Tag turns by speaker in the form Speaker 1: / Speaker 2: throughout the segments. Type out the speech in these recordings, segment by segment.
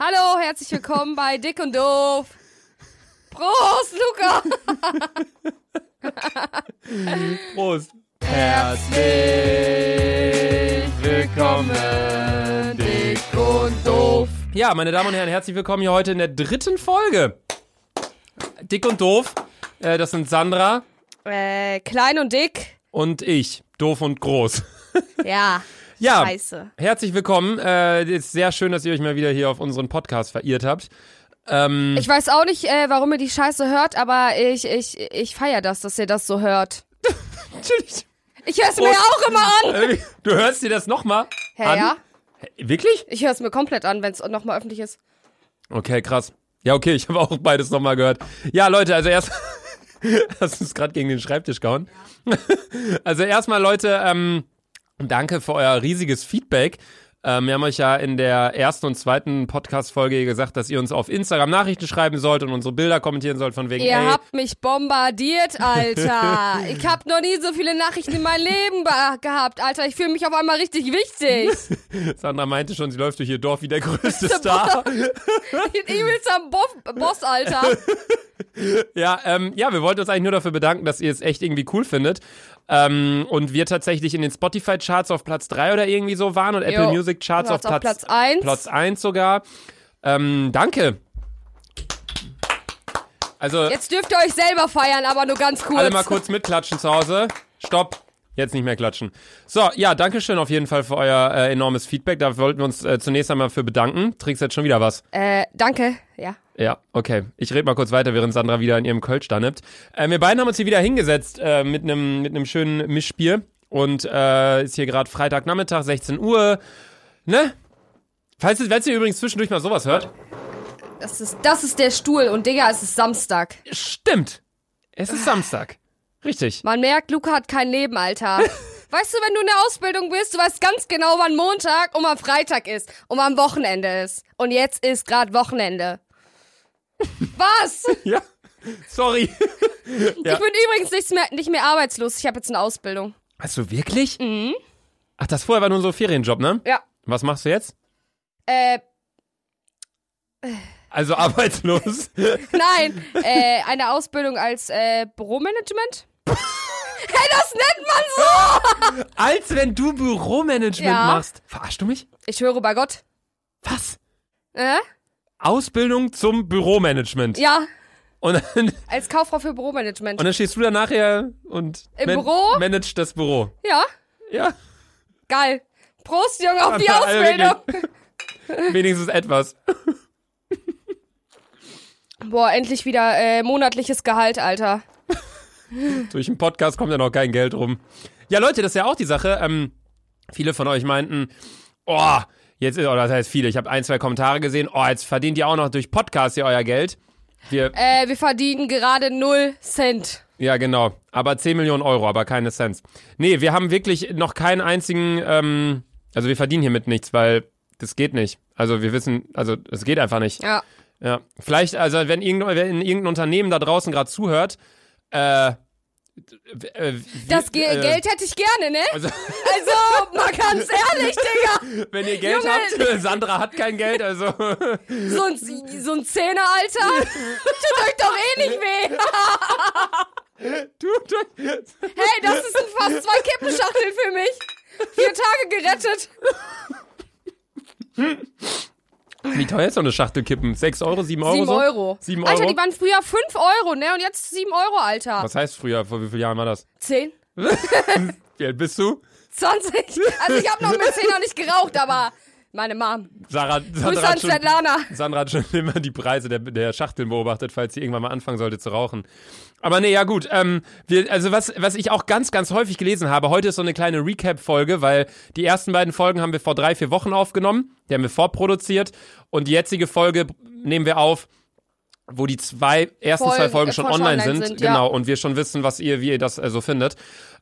Speaker 1: Hallo, herzlich willkommen bei Dick und Doof. Prost, Luca.
Speaker 2: Prost. Herzlich willkommen, dick und doof. Ja, meine Damen und Herren, herzlich willkommen hier heute in der dritten Folge. Dick und doof. Äh, das sind Sandra
Speaker 1: Äh, klein und dick.
Speaker 2: und ich. Doof und groß.
Speaker 1: Ja.
Speaker 2: Ja,
Speaker 1: Scheiße.
Speaker 2: herzlich willkommen. Äh, ist sehr schön, dass ihr euch mal wieder hier auf unseren Podcast verirrt habt. Ähm,
Speaker 1: Ich weiß auch nicht, äh, warum ihr die Scheiße hört, aber ich, ich, ich feier das, dass ihr das so hört.
Speaker 2: natürlich.
Speaker 1: Ich hör's mir
Speaker 2: Prost.
Speaker 1: auch immer an.
Speaker 2: Äh, Du hörst dir das nochmal
Speaker 1: Hä,
Speaker 2: an?
Speaker 1: ja?
Speaker 2: Wirklich?
Speaker 1: Ich hör's mir komplett an, wenn's nochmal öffentlich ist.
Speaker 2: Okay, krass. Ja, okay, ich habe auch beides nochmal gehört. Ja, Leute, also erst. Hast du es gerade gegen den Schreibtisch gehauen? Also erstmal, Leute, ähm, danke für euer riesiges Feedback. Ähm, wir haben euch ja in der ersten und zweiten Podcast-Folge gesagt, dass ihr uns auf Instagram Nachrichten schreiben sollt und unsere Bilder kommentieren sollt von wegen,
Speaker 1: Ihr
Speaker 2: ey,
Speaker 1: habt mich bombardiert, Alter. ich hab noch nie so viele Nachrichten in meinem Leben be- gehabt, Alter. Ich fühle mich auf einmal richtig wichtig.
Speaker 2: Sandra meinte schon, sie läuft durch ihr Dorf wie der größte Star.
Speaker 1: Ich bin übelst am Bo Boss, Alter.
Speaker 2: Ja, ähm, ja, wir wollten uns eigentlich nur dafür bedanken, dass ihr es echt irgendwie cool findet. Ähm, und wir tatsächlich in den Spotify-Charts auf Platz 3 oder irgendwie so waren und Apple
Speaker 1: Jo.
Speaker 2: Music Charts auf
Speaker 1: Platz
Speaker 2: Platz,
Speaker 1: auf Platz 1.
Speaker 2: Platz 1 sogar. Ähm, danke. Also
Speaker 1: Jetzt dürft ihr euch selber feiern, aber nur ganz kurz.
Speaker 2: alle mal kurz mitklatschen zu Hause. Stopp. Jetzt nicht mehr klatschen. So, ja, danke schön auf jeden Fall für euer äh, enormes Feedback. Da wollten wir uns äh, zunächst einmal für bedanken. Trinkst jetzt schon wieder was.
Speaker 1: Äh, danke. Ja.
Speaker 2: Ja, okay. Ich rede mal kurz weiter, während Sandra wieder in ihrem Kölsch da nippt. Äh, wir beiden haben uns hier wieder hingesetzt äh, mit einem mit einem schönen Mischbier. Und äh, ist hier gerade Freitagnachmittag, 16 Uhr. Ne? Falls, ihr- falls ihr übrigens zwischendurch mal sowas hört.
Speaker 1: Das ist, das ist der Stuhl und Digga, es ist Samstag.
Speaker 2: Stimmt. Es ist Samstag. Richtig.
Speaker 1: Man merkt, Luca hat kein Leben, Alter. Weißt du, wenn du in der Ausbildung bist, du weißt ganz genau, wann Montag und wann Freitag ist und wann Wochenende ist. Und jetzt ist gerade Wochenende. Was?
Speaker 2: Ja. Sorry. Ja.
Speaker 1: Ich bin übrigens nichts mehr, nicht mehr arbeitslos. Ich habe jetzt eine Ausbildung.
Speaker 2: Hast du wirklich? Mhm. Ach, das vorher war nur so ein Ferienjob, ne?
Speaker 1: Ja.
Speaker 2: Was machst du jetzt?
Speaker 1: Äh,
Speaker 2: Also arbeitslos.
Speaker 1: Nein, äh, eine Ausbildung als äh, Büromanagement. hey, das nennt man so!
Speaker 2: Als wenn du Büromanagement
Speaker 1: Ja.
Speaker 2: machst. Verarschst du mich?
Speaker 1: Ich höre bei Gott.
Speaker 2: Was?
Speaker 1: Äh?
Speaker 2: Ausbildung zum Büromanagement.
Speaker 1: Ja,
Speaker 2: Und dann,
Speaker 1: als Kauffrau für Büromanagement.
Speaker 2: und dann stehst du da nachher und
Speaker 1: Im Büro?
Speaker 2: managst das Büro.
Speaker 1: ja,
Speaker 2: Ja.
Speaker 1: geil. Prost, Junge, auf die
Speaker 2: Ja, also
Speaker 1: Ausbildung.
Speaker 2: wirklich. Wenigstens etwas.
Speaker 1: Boah, endlich wieder äh, monatliches Gehalt, Alter.
Speaker 2: Durch den Podcast kommt ja noch kein Geld rum. Ja, Leute, das ist ja auch die Sache. Ähm, viele von euch meinten, oh, jetzt ist, oder das heißt viele, ich habe ein, zwei Kommentare gesehen, oh, jetzt verdient ihr auch noch durch Podcast hier euer Geld. Wir,
Speaker 1: Äh, wir verdienen gerade null Cent.
Speaker 2: ja, genau. Aber 10 Millionen Euro, aber keine Cents. Nee, wir haben wirklich noch keinen einzigen, ähm, also wir verdienen hiermit nichts, weil das geht nicht. Also wir wissen, also es geht einfach nicht.
Speaker 1: Ja.
Speaker 2: Ja, vielleicht, also wenn irgendein, wenn irgendein Unternehmen da draußen gerade zuhört, äh, w- äh,
Speaker 1: Das
Speaker 2: wie-
Speaker 1: Ge
Speaker 2: äh,
Speaker 1: Geld hätte ich gerne, ne?
Speaker 2: Also,
Speaker 1: Also, mal ganz ehrlich, Digga.
Speaker 2: wenn ihr Geld
Speaker 1: Junge.
Speaker 2: habt, Sandra hat kein Geld, also
Speaker 1: So ein, so ein Zehner, Alter. Tut euch doch eh nicht weh.
Speaker 2: tut euch-
Speaker 1: Hey, das ist ein fast zwei Kippenschachtel für mich. Vier Tage gerettet.
Speaker 2: Wie teuer ist so eine Schachtel Kippen? 6 Euro, 7 Euro?
Speaker 1: Sieben
Speaker 2: so?
Speaker 1: Euro.
Speaker 2: Sieben
Speaker 1: Alter,
Speaker 2: Euro?
Speaker 1: die waren früher fünf Euro, ne? Und jetzt sieben Euro, Alter.
Speaker 2: Was heißt früher? Vor wie vielen Jahren war das?
Speaker 1: Zehn?
Speaker 2: Wie alt bist du?
Speaker 1: 20? Also ich habe noch mit zehn noch nicht geraucht, aber meine Mom.
Speaker 2: Sarah,
Speaker 1: Grüße
Speaker 2: Sandra,
Speaker 1: an
Speaker 2: hat schon,
Speaker 1: Svetlana.
Speaker 2: Sandra hat schon immer die Preise der, der Schachteln beobachtet, falls sie irgendwann mal anfangen sollte zu rauchen. Aber nee, ja gut. Ähm, wir, also was, was ich auch ganz, ganz häufig gelesen habe, heute ist so eine kleine Recap-Folge, weil die ersten beiden Folgen haben wir vor drei, vier Wochen aufgenommen, die haben wir vorproduziert und die jetzige Folge nehmen wir auf, wo die zwei ersten zwei
Speaker 1: Folgen,
Speaker 2: Folgen
Speaker 1: äh,
Speaker 2: schon
Speaker 1: schon
Speaker 2: online
Speaker 1: online
Speaker 2: sind,
Speaker 1: sind, ja.
Speaker 2: genau, und wir schon wissen, was ihr, wie ihr das äh, so findet.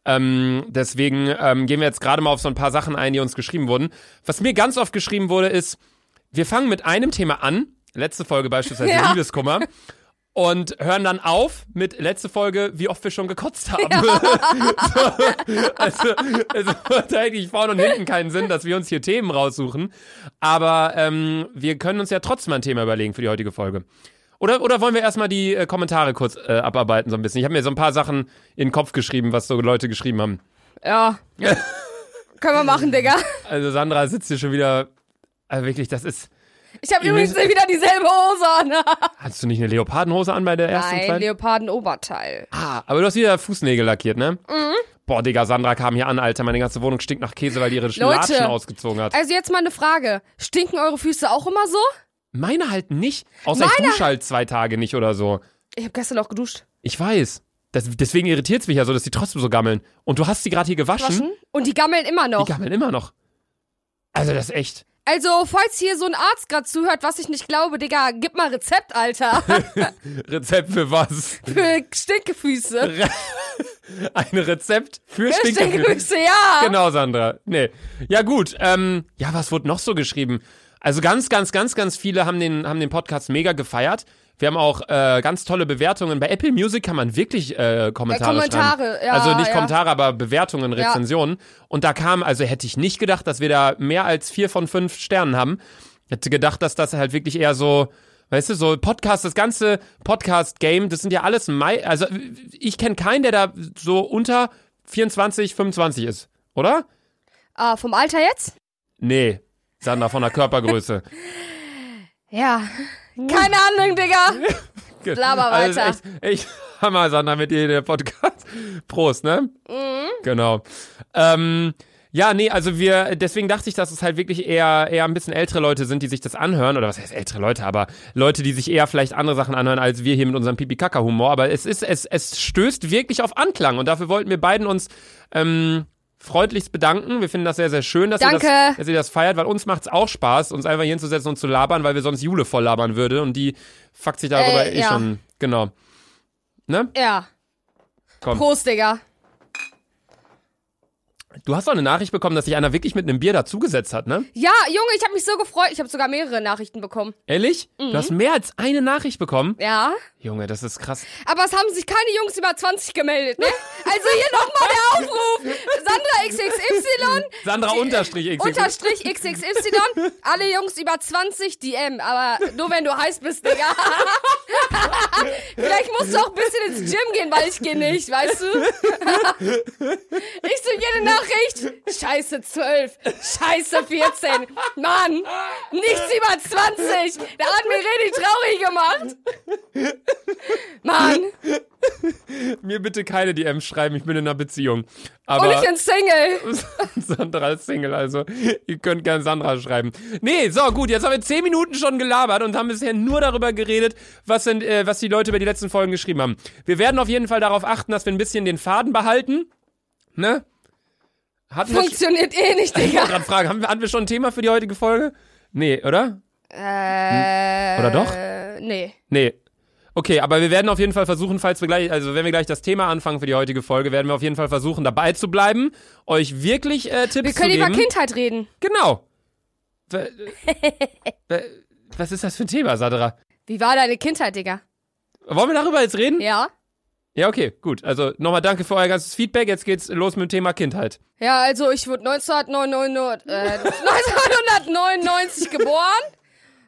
Speaker 2: Ähm, deswegen ähm, gehen wir jetzt gerade mal auf so ein paar Sachen ein, die uns geschrieben wurden. Was mir ganz oft geschrieben wurde, ist, wir fangen mit einem Thema an, letzte Folge beispielsweise
Speaker 1: Ja.
Speaker 2: Liebeskummer, und hören dann auf mit letzte Folge, wie oft wir schon gekotzt haben. so, also, es macht eigentlich vorne und hinten keinen Sinn, dass wir uns hier Themen raussuchen. Aber ähm, wir können uns ja trotzdem ein Thema überlegen für die heutige Folge. Oder, oder wollen wir erstmal die äh, Kommentare kurz äh, abarbeiten, so ein bisschen? Ich habe mir so ein paar Sachen in den Kopf geschrieben, was so Leute geschrieben haben.
Speaker 1: Ja. Können wir machen, Digga.
Speaker 2: Also Sandra sitzt hier schon wieder. Also wirklich, das ist.
Speaker 1: Ich habe
Speaker 2: Ihr
Speaker 1: übrigens wieder dieselbe Hose an.
Speaker 2: Hattest du nicht eine Leopardenhose an bei der ersten
Speaker 1: Nein,
Speaker 2: Zeit?
Speaker 1: Leopardenoberteil.
Speaker 2: ah, aber du hast wieder Fußnägel lackiert, ne? Mhm. Boah, Digga, Sandra kam hier an, Alter. Meine ganze Wohnung stinkt nach Käse, weil die ihre Latschen ausgezogen hat.
Speaker 1: Also jetzt mal eine Frage. Stinken eure Füße auch immer so?
Speaker 2: Meine halt nicht. Außer ich dusche halt zwei Tage nicht oder so.
Speaker 1: Ich habe gestern auch geduscht.
Speaker 2: Ich weiß. Das, deswegen irritiert's mich ja so, dass die trotzdem so gammeln. Und du hast sie gerade hier gewaschen.
Speaker 1: Waschen? Und die gammeln immer
Speaker 2: Hm? Die
Speaker 1: noch.
Speaker 2: gammeln immer noch. Also das ist echt.
Speaker 1: Also, falls hier so ein Arzt gerade zuhört, was ich nicht glaube, Digga, gib mal Rezept, Alter.
Speaker 2: Rezept für was?
Speaker 1: Für Stinkefüße.
Speaker 2: Ein Rezept
Speaker 1: Für
Speaker 2: für Stinkefüße.
Speaker 1: Stinkefüße, ja.
Speaker 2: Genau, Sandra. Nee. Ja, gut. Ähm, ja, was wurde noch so geschrieben? Also ganz, ganz, ganz, ganz viele haben den, haben den Podcast mega gefeiert. Wir haben auch äh, ganz tolle Bewertungen. Bei Apple Music kann man wirklich äh,
Speaker 1: Äh,
Speaker 2: Kommentare,
Speaker 1: Kommentare,
Speaker 2: schreiben.
Speaker 1: ja,
Speaker 2: also nicht
Speaker 1: ja.
Speaker 2: Kommentare, aber Bewertungen,
Speaker 1: Ja.
Speaker 2: Rezensionen. Und da kam, also hätte ich nicht gedacht, dass wir da mehr als vier von fünf Sternen haben. Hätte gedacht, dass das halt wirklich eher so, weißt du, so Podcast, das ganze Podcast-Game, das sind ja alles Mai. Also ich kenne keinen, der da so unter 24, 25 ist, oder?
Speaker 1: Ah, vom Alter jetzt?
Speaker 2: Nee, Sandra, von der Körpergröße.
Speaker 1: Ja. Keine Ahnung, Digga. Laber
Speaker 2: Also
Speaker 1: weiter.
Speaker 2: echt, echt Hammer, Sandra, mit dir der Podcast. Prost, ne?
Speaker 1: Mhm.
Speaker 2: Genau. Ähm, ja, nee, also wir, deswegen dachte ich, dass es halt wirklich eher, eher ein bisschen ältere Leute sind, die sich das anhören, oder was heißt ältere Leute, aber Leute, die sich eher vielleicht andere Sachen anhören, als wir hier mit unserem Pipi-Kaka-Humor, aber es ist, es, es stößt wirklich auf Anklang und dafür wollten wir beiden uns, ähm, freundlichst bedanken. Wir finden das sehr, sehr schön, dass, Ihr, das,
Speaker 1: Danke.
Speaker 2: dass ihr das feiert, weil uns macht's auch Spaß, uns einfach hier hinzusetzen und zu labern, weil wir sonst Jule voll labern würde und die fuckt sich darüber
Speaker 1: Äh,
Speaker 2: eh
Speaker 1: ja.
Speaker 2: schon. Genau. Ne?
Speaker 1: Ja.
Speaker 2: Komm.
Speaker 1: Prost, Digga.
Speaker 2: Du hast auch eine Nachricht bekommen, dass sich einer wirklich mit einem Bier dazugesetzt hat, ne?
Speaker 1: Ja, Junge, ich habe mich so gefreut. Ich habe sogar mehrere Nachrichten bekommen.
Speaker 2: Ehrlich? Du
Speaker 1: Mhm.
Speaker 2: hast mehr als eine Nachricht bekommen.
Speaker 1: Ja.
Speaker 2: Junge, das ist krass.
Speaker 1: Aber es haben sich keine Jungs über 20 gemeldet, ne? Also hier nochmal der Aufruf. Sandra XXY,
Speaker 2: Sandra unterstrich X.
Speaker 1: unterstrich XXY, alle Jungs über 20 DM. Aber nur wenn du heiß bist, Digga. Vielleicht musst du auch ein bisschen ins Gym gehen, weil ich gehe nicht, weißt du? ich so jede Nachricht. Scheiße 12, scheiße 14. Mann, nichts über 20. Der hat mir richtig traurig gemacht. Mann.
Speaker 2: Mir bitte keine DMs schreiben, ich bin in einer Beziehung.
Speaker 1: Und
Speaker 2: Aber
Speaker 1: Oh, ich bin Single.
Speaker 2: Sandra ist Single, also ihr könnt gerne Sandra schreiben. Nee, so gut, jetzt haben wir zehn Minuten schon gelabert und haben bisher nur darüber geredet, was, sind, äh, was die Leute über die letzten Folgen geschrieben haben. Wir werden auf jeden Fall darauf achten, dass wir ein bisschen den Faden behalten. Ne? Hatten wir, ich
Speaker 1: Funktioniert eh nicht, Digga.
Speaker 2: wollte gerade fragen, haben wir, hatten wir schon ein Thema für die heutige Folge? Nee, oder?
Speaker 1: Äh,
Speaker 2: Oder doch?
Speaker 1: Nee.
Speaker 2: Nee. Okay, aber wir werden auf jeden Fall versuchen, falls wir gleich, also wenn wir gleich das Thema anfangen für die heutige Folge, werden wir auf jeden Fall versuchen, dabei zu bleiben, euch wirklich äh, Tipps
Speaker 1: Wir können
Speaker 2: zu
Speaker 1: über
Speaker 2: geben.
Speaker 1: Kindheit reden.
Speaker 2: Genau. W- w- Was ist das für ein Thema, Sandra?
Speaker 1: Wie war deine Kindheit, Digga?
Speaker 2: Wollen wir darüber jetzt reden?
Speaker 1: Ja?
Speaker 2: Ja, okay, gut. Also nochmal danke für euer ganzes Feedback. Jetzt geht's los mit dem Thema Kindheit.
Speaker 1: Ja, also ich wurde 1999, äh, 1999 geboren.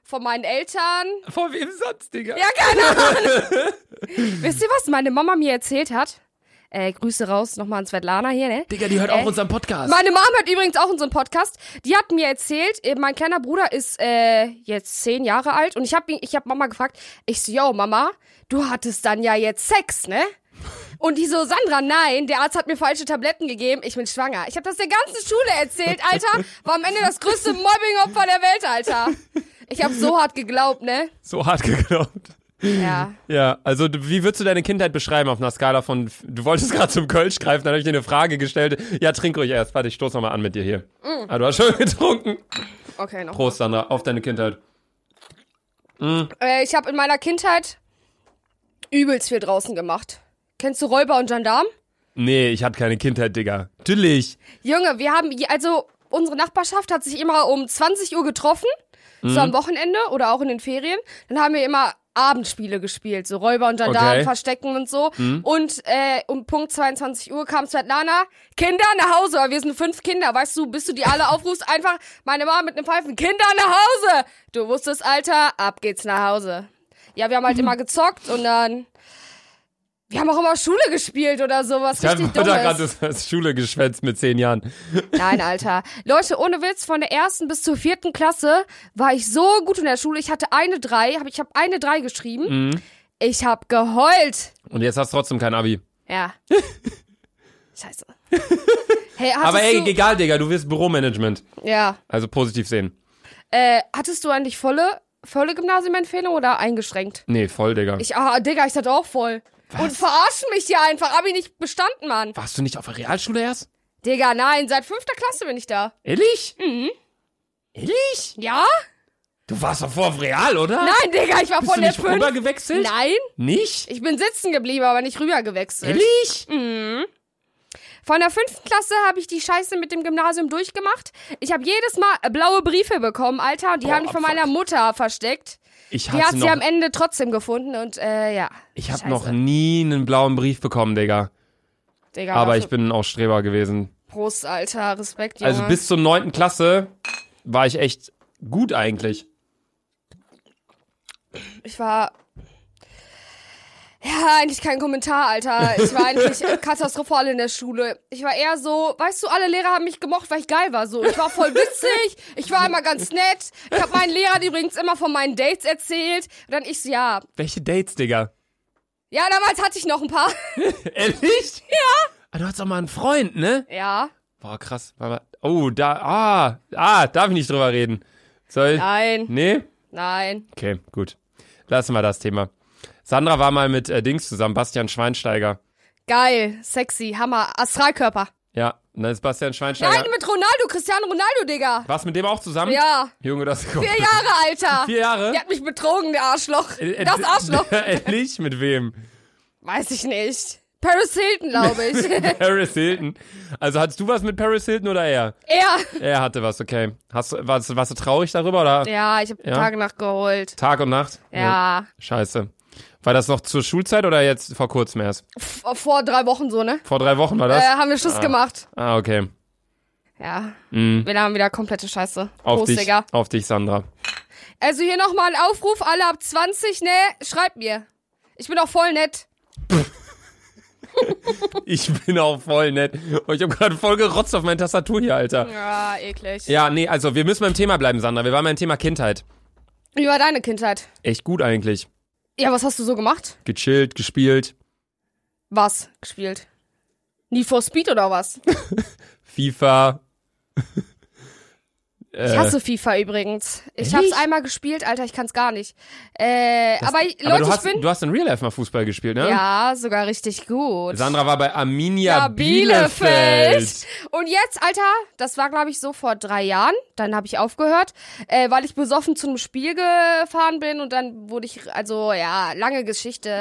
Speaker 1: Von meinen Eltern.
Speaker 2: Vor wem Satz, Digga?
Speaker 1: Ja, keine Ahnung. Wisst ihr, was meine Mama mir erzählt hat? Äh, Grüße raus nochmal an Svetlana hier, ne?
Speaker 2: Digga, die hört auch unseren Podcast.
Speaker 1: Meine Mom hat übrigens auch unseren Podcast. Die hat mir erzählt, äh, mein kleiner Bruder ist äh, jetzt zehn Jahre alt und ich habe ich hab Mama gefragt, ich so, yo, Mama, du hattest dann ja jetzt Sex, ne? Und die so, Sandra, nein, der Arzt hat mir falsche Tabletten gegeben, ich bin schwanger. Ich habe das der ganzen Schule erzählt, Alter. War am Ende das größte Mobbing-Opfer der Welt, Alter. Ich habe so hart geglaubt, ne?
Speaker 2: so hart geglaubt.
Speaker 1: Ja.
Speaker 2: Ja, also d- wie würdest du deine Kindheit beschreiben auf einer Skala von, f- du wolltest gerade zum Kölsch greifen, dann habe ich dir eine Frage gestellt. Ja, trink ruhig erst. Warte, ich stoß nochmal an mit dir hier.
Speaker 1: Mm.
Speaker 2: Ah, du hast schon getrunken.
Speaker 1: Okay, noch.
Speaker 2: Prost, Sandra, auf deine Kindheit.
Speaker 1: Äh, ich habe in meiner Kindheit übelst viel draußen gemacht. Kennst du Räuber und Gendarm?
Speaker 2: Nee, ich hatte keine Kindheit, Digga. Natürlich.
Speaker 1: Junge, wir haben, je- also unsere Nachbarschaft hat sich immer um 20 Uhr getroffen so
Speaker 2: Mhm.
Speaker 1: am Wochenende oder auch in den Ferien, dann haben wir immer Abendspiele gespielt, so Räuber und Gendarmen,
Speaker 2: Okay. Mhm.
Speaker 1: Verstecken und so. Und äh, um Punkt 22 Uhr kam Svetlana, Kinder nach Hause, weil wir sind fünf Kinder, weißt du, bis du die alle aufrufst, einfach meine Mama mit einem Pfeifen, Kinder nach Hause! Du wusstest, Alter, ab geht's nach Hause. Ja, wir haben
Speaker 2: Mhm.
Speaker 1: halt immer gezockt und dann... Wir haben auch immer Schule gespielt oder sowas.
Speaker 2: Ich habe
Speaker 1: richtig
Speaker 2: da
Speaker 1: Dummes.
Speaker 2: gerade das- das Schule geschwänzt mit zehn Jahren.
Speaker 1: Nein, Alter. Leute, ohne Witz, von der ersten bis zur vierten Klasse war ich so gut in der Schule. Ich hatte eine drei, hab, ich habe eine drei geschrieben.
Speaker 2: Mhm.
Speaker 1: Ich habe geheult.
Speaker 2: Und jetzt hast du trotzdem kein Abi.
Speaker 1: Ja. Scheiße. Hey, hattest
Speaker 2: Aber ey,
Speaker 1: du,
Speaker 2: egal, Digga, du wirst Büromanagement.
Speaker 1: ja.
Speaker 2: Also positiv sehen.
Speaker 1: Äh, hattest du eigentlich volle, volle Gymnasiumempfehlung oder eingeschränkt?
Speaker 2: Nee, voll, Digga.
Speaker 1: Ich, ah, Digga, ich hatte auch voll. Und verarschen mich hier einfach. Hab ich nicht bestanden, Mann.
Speaker 2: Warst du nicht auf der Realschule erst?
Speaker 1: Digga, nein, seit fünfter Klasse bin ich da.
Speaker 2: Ehrlich? Mhm. Ehrlich?
Speaker 1: Ja?
Speaker 2: Du warst doch vor auf Real, oder?
Speaker 1: Nein, Digga, ich war
Speaker 2: Bist
Speaker 1: von
Speaker 2: du
Speaker 1: der
Speaker 2: nicht
Speaker 1: fünf.
Speaker 2: rübergewechselt?
Speaker 1: Nein,
Speaker 2: Nicht?
Speaker 1: ich bin sitzen geblieben, aber nicht rüber gewechselt.
Speaker 2: Ehrlich?
Speaker 1: Mhm. Von der fünften Klasse habe ich die Scheiße mit dem Gymnasium durchgemacht. Ich habe jedes Mal äh, blaue Briefe bekommen, Alter, und die
Speaker 2: Boah,
Speaker 1: haben ich von
Speaker 2: fuck.
Speaker 1: meiner Mutter versteckt.
Speaker 2: Ich
Speaker 1: Die hat
Speaker 2: hatte
Speaker 1: sie am
Speaker 2: noch,
Speaker 1: Ende trotzdem gefunden und äh, ja.
Speaker 2: ich hab
Speaker 1: Scheiße.
Speaker 2: noch nie einen blauen Brief bekommen, Digga.
Speaker 1: Digga,
Speaker 2: Aber
Speaker 1: was
Speaker 2: ich
Speaker 1: für-
Speaker 2: bin auch Streber gewesen.
Speaker 1: Prost, Alter, Respekt, Junge.
Speaker 2: Also bis zur neunten Klasse war ich echt gut eigentlich.
Speaker 1: ich war ja, eigentlich kein Kommentar, Alter. Ich war eigentlich katastrophal in der Schule. Ich war eher so, weißt du, alle Lehrer haben mich gemocht, weil ich geil war. So, ich war voll witzig, ich war immer ganz nett. Ich habe meinen Lehrern übrigens immer von meinen Dates erzählt. Und dann ich so, ja,
Speaker 2: Welche Dates, Digga?
Speaker 1: Ja, damals hatte ich noch ein paar.
Speaker 2: Ehrlich? Ja. Aber du hattest auch mal einen Freund, ne?
Speaker 1: Ja.
Speaker 2: Boah, krass. Warte mal. Oh, da, ah, ah, darf ich nicht drüber reden. Soll,
Speaker 1: Nein,
Speaker 2: nee?
Speaker 1: nein.
Speaker 2: Okay, gut. Lassen wir das Thema. Sandra war mal mit äh, Dings zusammen, Bastian Schweinsteiger.
Speaker 1: Geil, sexy, Hammer, Astralkörper.
Speaker 2: Ja, und dann ist Bastian Schweinsteiger.
Speaker 1: Nein, mit Ronaldo, Cristiano Ronaldo, Digga.
Speaker 2: Warst mit dem auch zusammen?
Speaker 1: Ja.
Speaker 2: Junge, das ist
Speaker 1: Vier Jahre, Alter.
Speaker 2: Vier Jahre?
Speaker 1: Der hat mich betrogen, der Arschloch.
Speaker 2: Äh, äh,
Speaker 1: Das Arschloch.
Speaker 2: Ehrlich? Mit wem?
Speaker 1: Weiß ich nicht. Paris Hilton, glaube ich.
Speaker 2: Paris Hilton. Also hattest du was mit Paris Hilton oder er?
Speaker 1: er.
Speaker 2: Er hatte was, okay. Hast, du- warst, du- warst du traurig darüber oder
Speaker 1: Ja, ich habe
Speaker 2: Ja.
Speaker 1: Tage nachgeholt.
Speaker 2: Tag und Nacht?
Speaker 1: Ja.
Speaker 2: Nee. Scheiße. War das noch zur Schulzeit oder jetzt vor kurzem erst?
Speaker 1: F- Vor drei Wochen so, ne?
Speaker 2: Vor drei Wochen war das?
Speaker 1: Äh, haben wir Schluss gemacht.
Speaker 2: Ah, okay.
Speaker 1: Ja. Wir haben wieder komplette Scheiße.
Speaker 2: Auf
Speaker 1: Prost,
Speaker 2: dich,
Speaker 1: Digga.
Speaker 2: auf dich, Sandra.
Speaker 1: Also hier nochmal ein Aufruf, alle ab 20, ne? Schreibt mir. Ich bin auch voll nett.
Speaker 2: Ich bin auch voll nett. Oh, ich habe gerade voll gerotzt auf meine Tastatur hier, Alter.
Speaker 1: Ja, eklig.
Speaker 2: Ja, nee, also wir müssen beim Thema bleiben, Sandra. Wir waren beim Thema Kindheit.
Speaker 1: Wie war deine Kindheit?
Speaker 2: Echt gut eigentlich.
Speaker 1: Ja, was hast du so gemacht?
Speaker 2: Gechillt, gespielt,
Speaker 1: Was gespielt? Need for Speed oder was?
Speaker 2: FIFA. Äh,
Speaker 1: Ich hasse FIFA übrigens. Ich hab's
Speaker 2: Ehrlich?
Speaker 1: einmal gespielt, Alter, ich kann's gar nicht. Äh, aber Leute,
Speaker 2: Aber du hast,
Speaker 1: ich bin
Speaker 2: du hast in Real Life mal Fußball gespielt, ne?
Speaker 1: ja sogar richtig gut.
Speaker 2: Sandra war bei Arminia
Speaker 1: Ja,
Speaker 2: Bielefeld.
Speaker 1: Bielefeld. Und jetzt, Alter, das war glaube ich so vor drei Jahren. Dann habe ich aufgehört, äh, weil ich besoffen zu einem Spiel gefahren bin und dann wurde ich, also ja, lange Geschichte.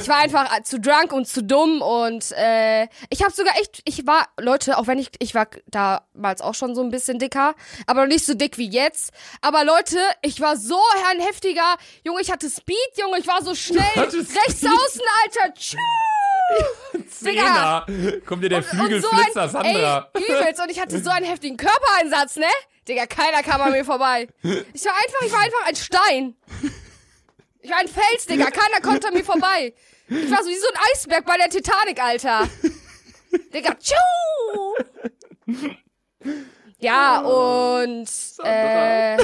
Speaker 1: ich war einfach äh, zu drunk und zu dumm und äh, ich habe sogar echt, ich war, Leute, auch wenn ich, ich war damals auch schon so ein bisschen dicker, aber noch nicht so dick wie jetzt. Aber Leute, ich war so ein heftiger, Junge, ich hatte Speed, Junge, ich war so schnell.
Speaker 2: hattest
Speaker 1: Rechts
Speaker 2: Speed?
Speaker 1: außen, Alter, tschüss. Digga.
Speaker 2: Zehner. Kommt dir der
Speaker 1: Und
Speaker 2: Flügelflitzer,
Speaker 1: so ein,
Speaker 2: Sandra.
Speaker 1: Ey, übelst. Und ich hatte so einen heftigen Körpereinsatz, ne? Digga, keiner kam an mir vorbei. Ich war einfach, ich war einfach ein Stein. Ich war ein Fels, Digga. Keiner kommt an mir vorbei. Ich war so wie so ein Eisberg bei der Titanic, Alter. Digga, tschu! Ja, und äh,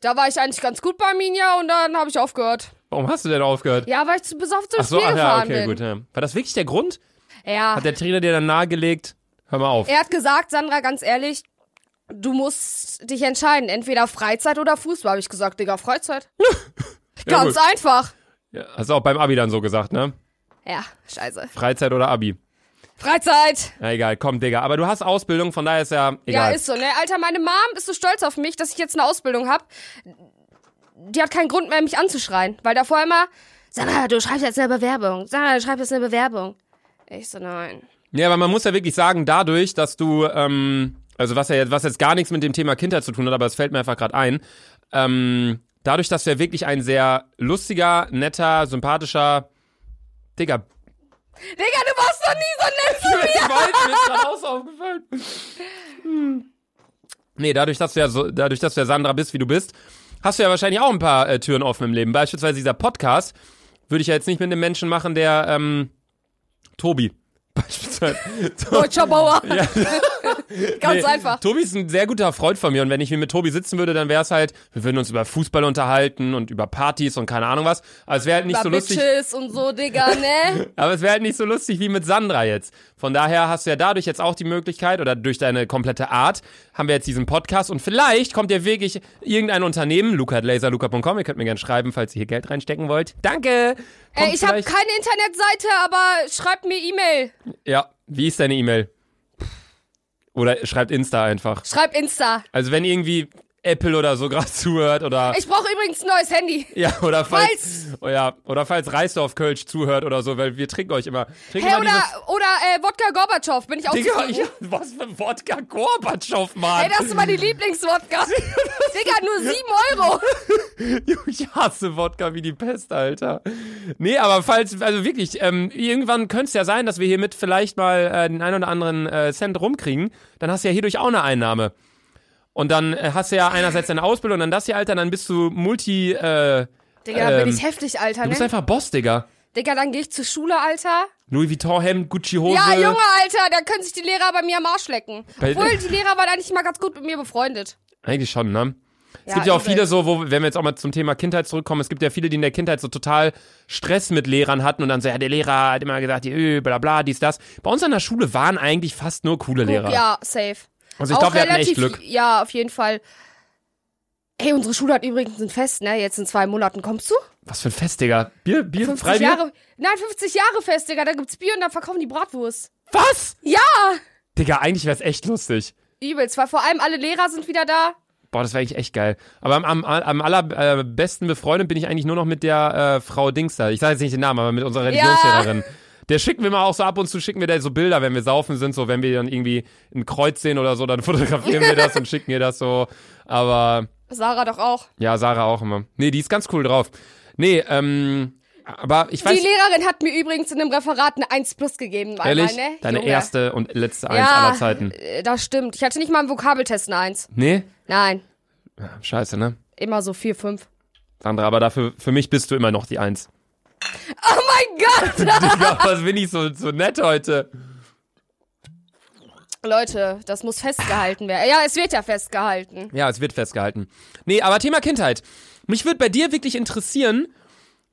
Speaker 1: da war ich eigentlich ganz gut bei Minja und dann habe ich aufgehört.
Speaker 2: Warum hast du denn aufgehört?
Speaker 1: Ja, weil ich zu besoffen zum
Speaker 2: ach so,
Speaker 1: Spiel
Speaker 2: ach ja,
Speaker 1: gefahren
Speaker 2: okay,
Speaker 1: bin.
Speaker 2: gut. Ja. War das wirklich der Grund?
Speaker 1: Ja.
Speaker 2: Hat der Trainer dir dann nahegelegt? Hör mal auf.
Speaker 1: Er hat gesagt, Sandra, ganz ehrlich, du musst dich entscheiden. Entweder Freizeit oder Fußball. Habe ich gesagt, Digga, Freizeit.
Speaker 2: Ja,
Speaker 1: ganz
Speaker 2: gut.
Speaker 1: einfach.
Speaker 2: Ja, hast du auch beim Abi dann so gesagt, ne?
Speaker 1: Ja, scheiße.
Speaker 2: Freizeit oder Abi?
Speaker 1: Freizeit.
Speaker 2: Na egal, komm, Digga. Aber du hast Ausbildung, von daher ist ja
Speaker 1: Ja,
Speaker 2: egal.
Speaker 1: ist so, ne? Alter, meine Mom ist so stolz auf mich, dass ich jetzt eine Ausbildung habe. Die hat keinen Grund mehr, mich anzuschreien. Weil davor immer, Sandra, du schreibst jetzt eine Bewerbung. Sandra, du schreibst jetzt eine Bewerbung. Ich so, nein.
Speaker 2: Ja, aber man muss ja wirklich sagen, dadurch, dass du ähm, also was ja jetzt, was jetzt gar nichts mit dem Thema Kindheit zu tun hat, aber es fällt mir einfach gerade ein, ähm, dadurch, dass du ja wirklich ein sehr lustiger, netter, sympathischer, Digga,
Speaker 1: Digga, du warst doch nie so nett zu mir.
Speaker 2: ich wollte, mir ist gerade auch so aufgefallen. Hm. Nee, dadurch, dass du ja so, dadurch, dass du ja Sandra bist, wie du bist, hast du ja wahrscheinlich auch ein paar äh, Türen offen im Leben. Beispielsweise dieser Podcast würde ich ja jetzt nicht mit einem Menschen machen, der ähm, Tobi beispielsweise.
Speaker 1: Deutscher Bauer. Ganz einfach.
Speaker 2: Tobi ist ein sehr guter Freund von mir und wenn ich hier mit Tobi sitzen würde, dann wäre es halt, wir würden uns über Fußball unterhalten und über Partys und keine Ahnung was. Aber es wäre halt nicht
Speaker 1: Über
Speaker 2: so lustig.
Speaker 1: Bitches und so, Digga, ne?
Speaker 2: Aber es wäre halt nicht so lustig wie mit Sandra jetzt. Von daher hast du ja dadurch jetzt auch die Möglichkeit oder durch deine komplette Art haben wir jetzt diesen Podcast und vielleicht kommt ja wirklich irgendein Unternehmen, luca.laserluca.com, ihr könnt mir gerne schreiben, falls ihr hier Geld reinstecken wollt. Danke! Kommt
Speaker 1: Ey, Äh, ich habe
Speaker 2: vielleicht-
Speaker 1: keine Internetseite, aber schreibt mir E-Mail.
Speaker 2: Ja, wie ist deine E-Mail? Oder schreibt Insta einfach.
Speaker 1: Schreib Insta.
Speaker 2: Also wenn irgendwie Apple oder so gerade zuhört oder
Speaker 1: Ich brauche übrigens ein neues Handy.
Speaker 2: ja oder falls oh ja, oder falls Reisdorf Kölsch zuhört oder so, weil wir trinken euch immer. Trinken
Speaker 1: Hey,
Speaker 2: immer dieses-
Speaker 1: oder, oder äh, Wodka Gorbatschow, bin ich auch
Speaker 2: Digga,
Speaker 1: zufrieden.
Speaker 2: ja, was für ein Wodka Gorbatschow, Mann.
Speaker 1: Ey, das ist meine Lieblingswodka. Digga, nur 7 Euro.
Speaker 2: Ich hasse Wodka wie die Pest, Alter. Nee, aber falls, also wirklich, ähm, irgendwann könnte es ja sein, dass wir hiermit vielleicht mal äh, den einen oder anderen äh, Cent rumkriegen. Dann hast du ja hierdurch auch eine Einnahme. Und dann äh, hast du ja einerseits deine Ausbildung und dann das hier, Alter, dann bist du Multi, äh,
Speaker 1: Digga, da bin
Speaker 2: Ähm,
Speaker 1: ich heftig, Alter,
Speaker 2: du bist
Speaker 1: ne?
Speaker 2: einfach Boss, Digga.
Speaker 1: Digga, dann gehe ich zur Schule, Alter.
Speaker 2: Louis Vuitton-Hemd, Gucci-Hose.
Speaker 1: Ja, Junge, Alter, da können sich die Lehrer bei mir am Arsch lecken.
Speaker 2: Bei-
Speaker 1: Obwohl, die Lehrer waren eigentlich immer ganz gut mit mir befreundet.
Speaker 2: Eigentlich schon, ne? Es
Speaker 1: Ja,
Speaker 2: gibt ja auch
Speaker 1: übel.
Speaker 2: viele so, wo, wenn wir jetzt auch mal zum Thema Kindheit zurückkommen, es gibt ja viele, die in der Kindheit so total Stress mit Lehrern hatten und dann so, ja, der Lehrer hat immer gesagt, äh, bla bla, dies, das. Bei uns an der Schule waren eigentlich fast nur coole Lehrer.
Speaker 1: Ja, safe.
Speaker 2: Also ich
Speaker 1: Auch
Speaker 2: glaube, wir hatten echt
Speaker 1: relativ-
Speaker 2: Glück.
Speaker 1: Ja, auf jeden Fall. Ey, unsere Schule hat übrigens ein Fest, ne? Jetzt in zwei Monaten kommst du?
Speaker 2: Was für ein Fest, Digga. Bier, Bier,
Speaker 1: 50
Speaker 2: Freibier?
Speaker 1: Jahre. Nein, 50 Jahre Fest, Digga. Da gibt's Bier und dann verkaufen die Bratwurst.
Speaker 2: Was?
Speaker 1: Ja!
Speaker 2: Digga, eigentlich wär's echt lustig.
Speaker 1: Übelst, weil vor allem alle Lehrer sind wieder da.
Speaker 2: Boah, das wäre eigentlich echt geil. Aber am, am, am allerbesten befreundet bin ich eigentlich nur noch mit der äh, Frau Dings da. Ich sage jetzt nicht den Namen, aber mit unserer Religionslehrerin. Der schicken wir mal auch so ab und zu, schicken wir da so Bilder, wenn wir saufen sind, so wenn wir dann irgendwie ein Kreuz sehen oder so, dann fotografieren wir das und schicken ihr das so. Aber
Speaker 1: Sarah doch auch.
Speaker 2: ja, Sarah auch immer. Nee, die ist ganz cool drauf. Nee, ähm, aber ich weiß,
Speaker 1: die Lehrerin hat mir übrigens in einem Referat eine 1 plus gegeben. einmal,
Speaker 2: ehrlich,
Speaker 1: ne?
Speaker 2: deine
Speaker 1: Junge.
Speaker 2: erste und letzte Eins
Speaker 1: ja,
Speaker 2: aller Zeiten.
Speaker 1: äh, Das stimmt. Ich hatte nicht mal im Vokabeltest eine 1.
Speaker 2: Nee?
Speaker 1: Nein,
Speaker 2: Scheiße, ne?
Speaker 1: immer so 4, 5.
Speaker 2: Sandra, aber dafür, für mich bist du immer noch die Eins.
Speaker 1: Oh mein Gott!
Speaker 2: Digga, was bin ich so, so nett heute?
Speaker 1: Leute, das muss festgehalten werden. Ja, es wird ja festgehalten.
Speaker 2: Ja, es wird festgehalten. Nee, aber Thema Kindheit. Mich würde bei dir wirklich interessieren,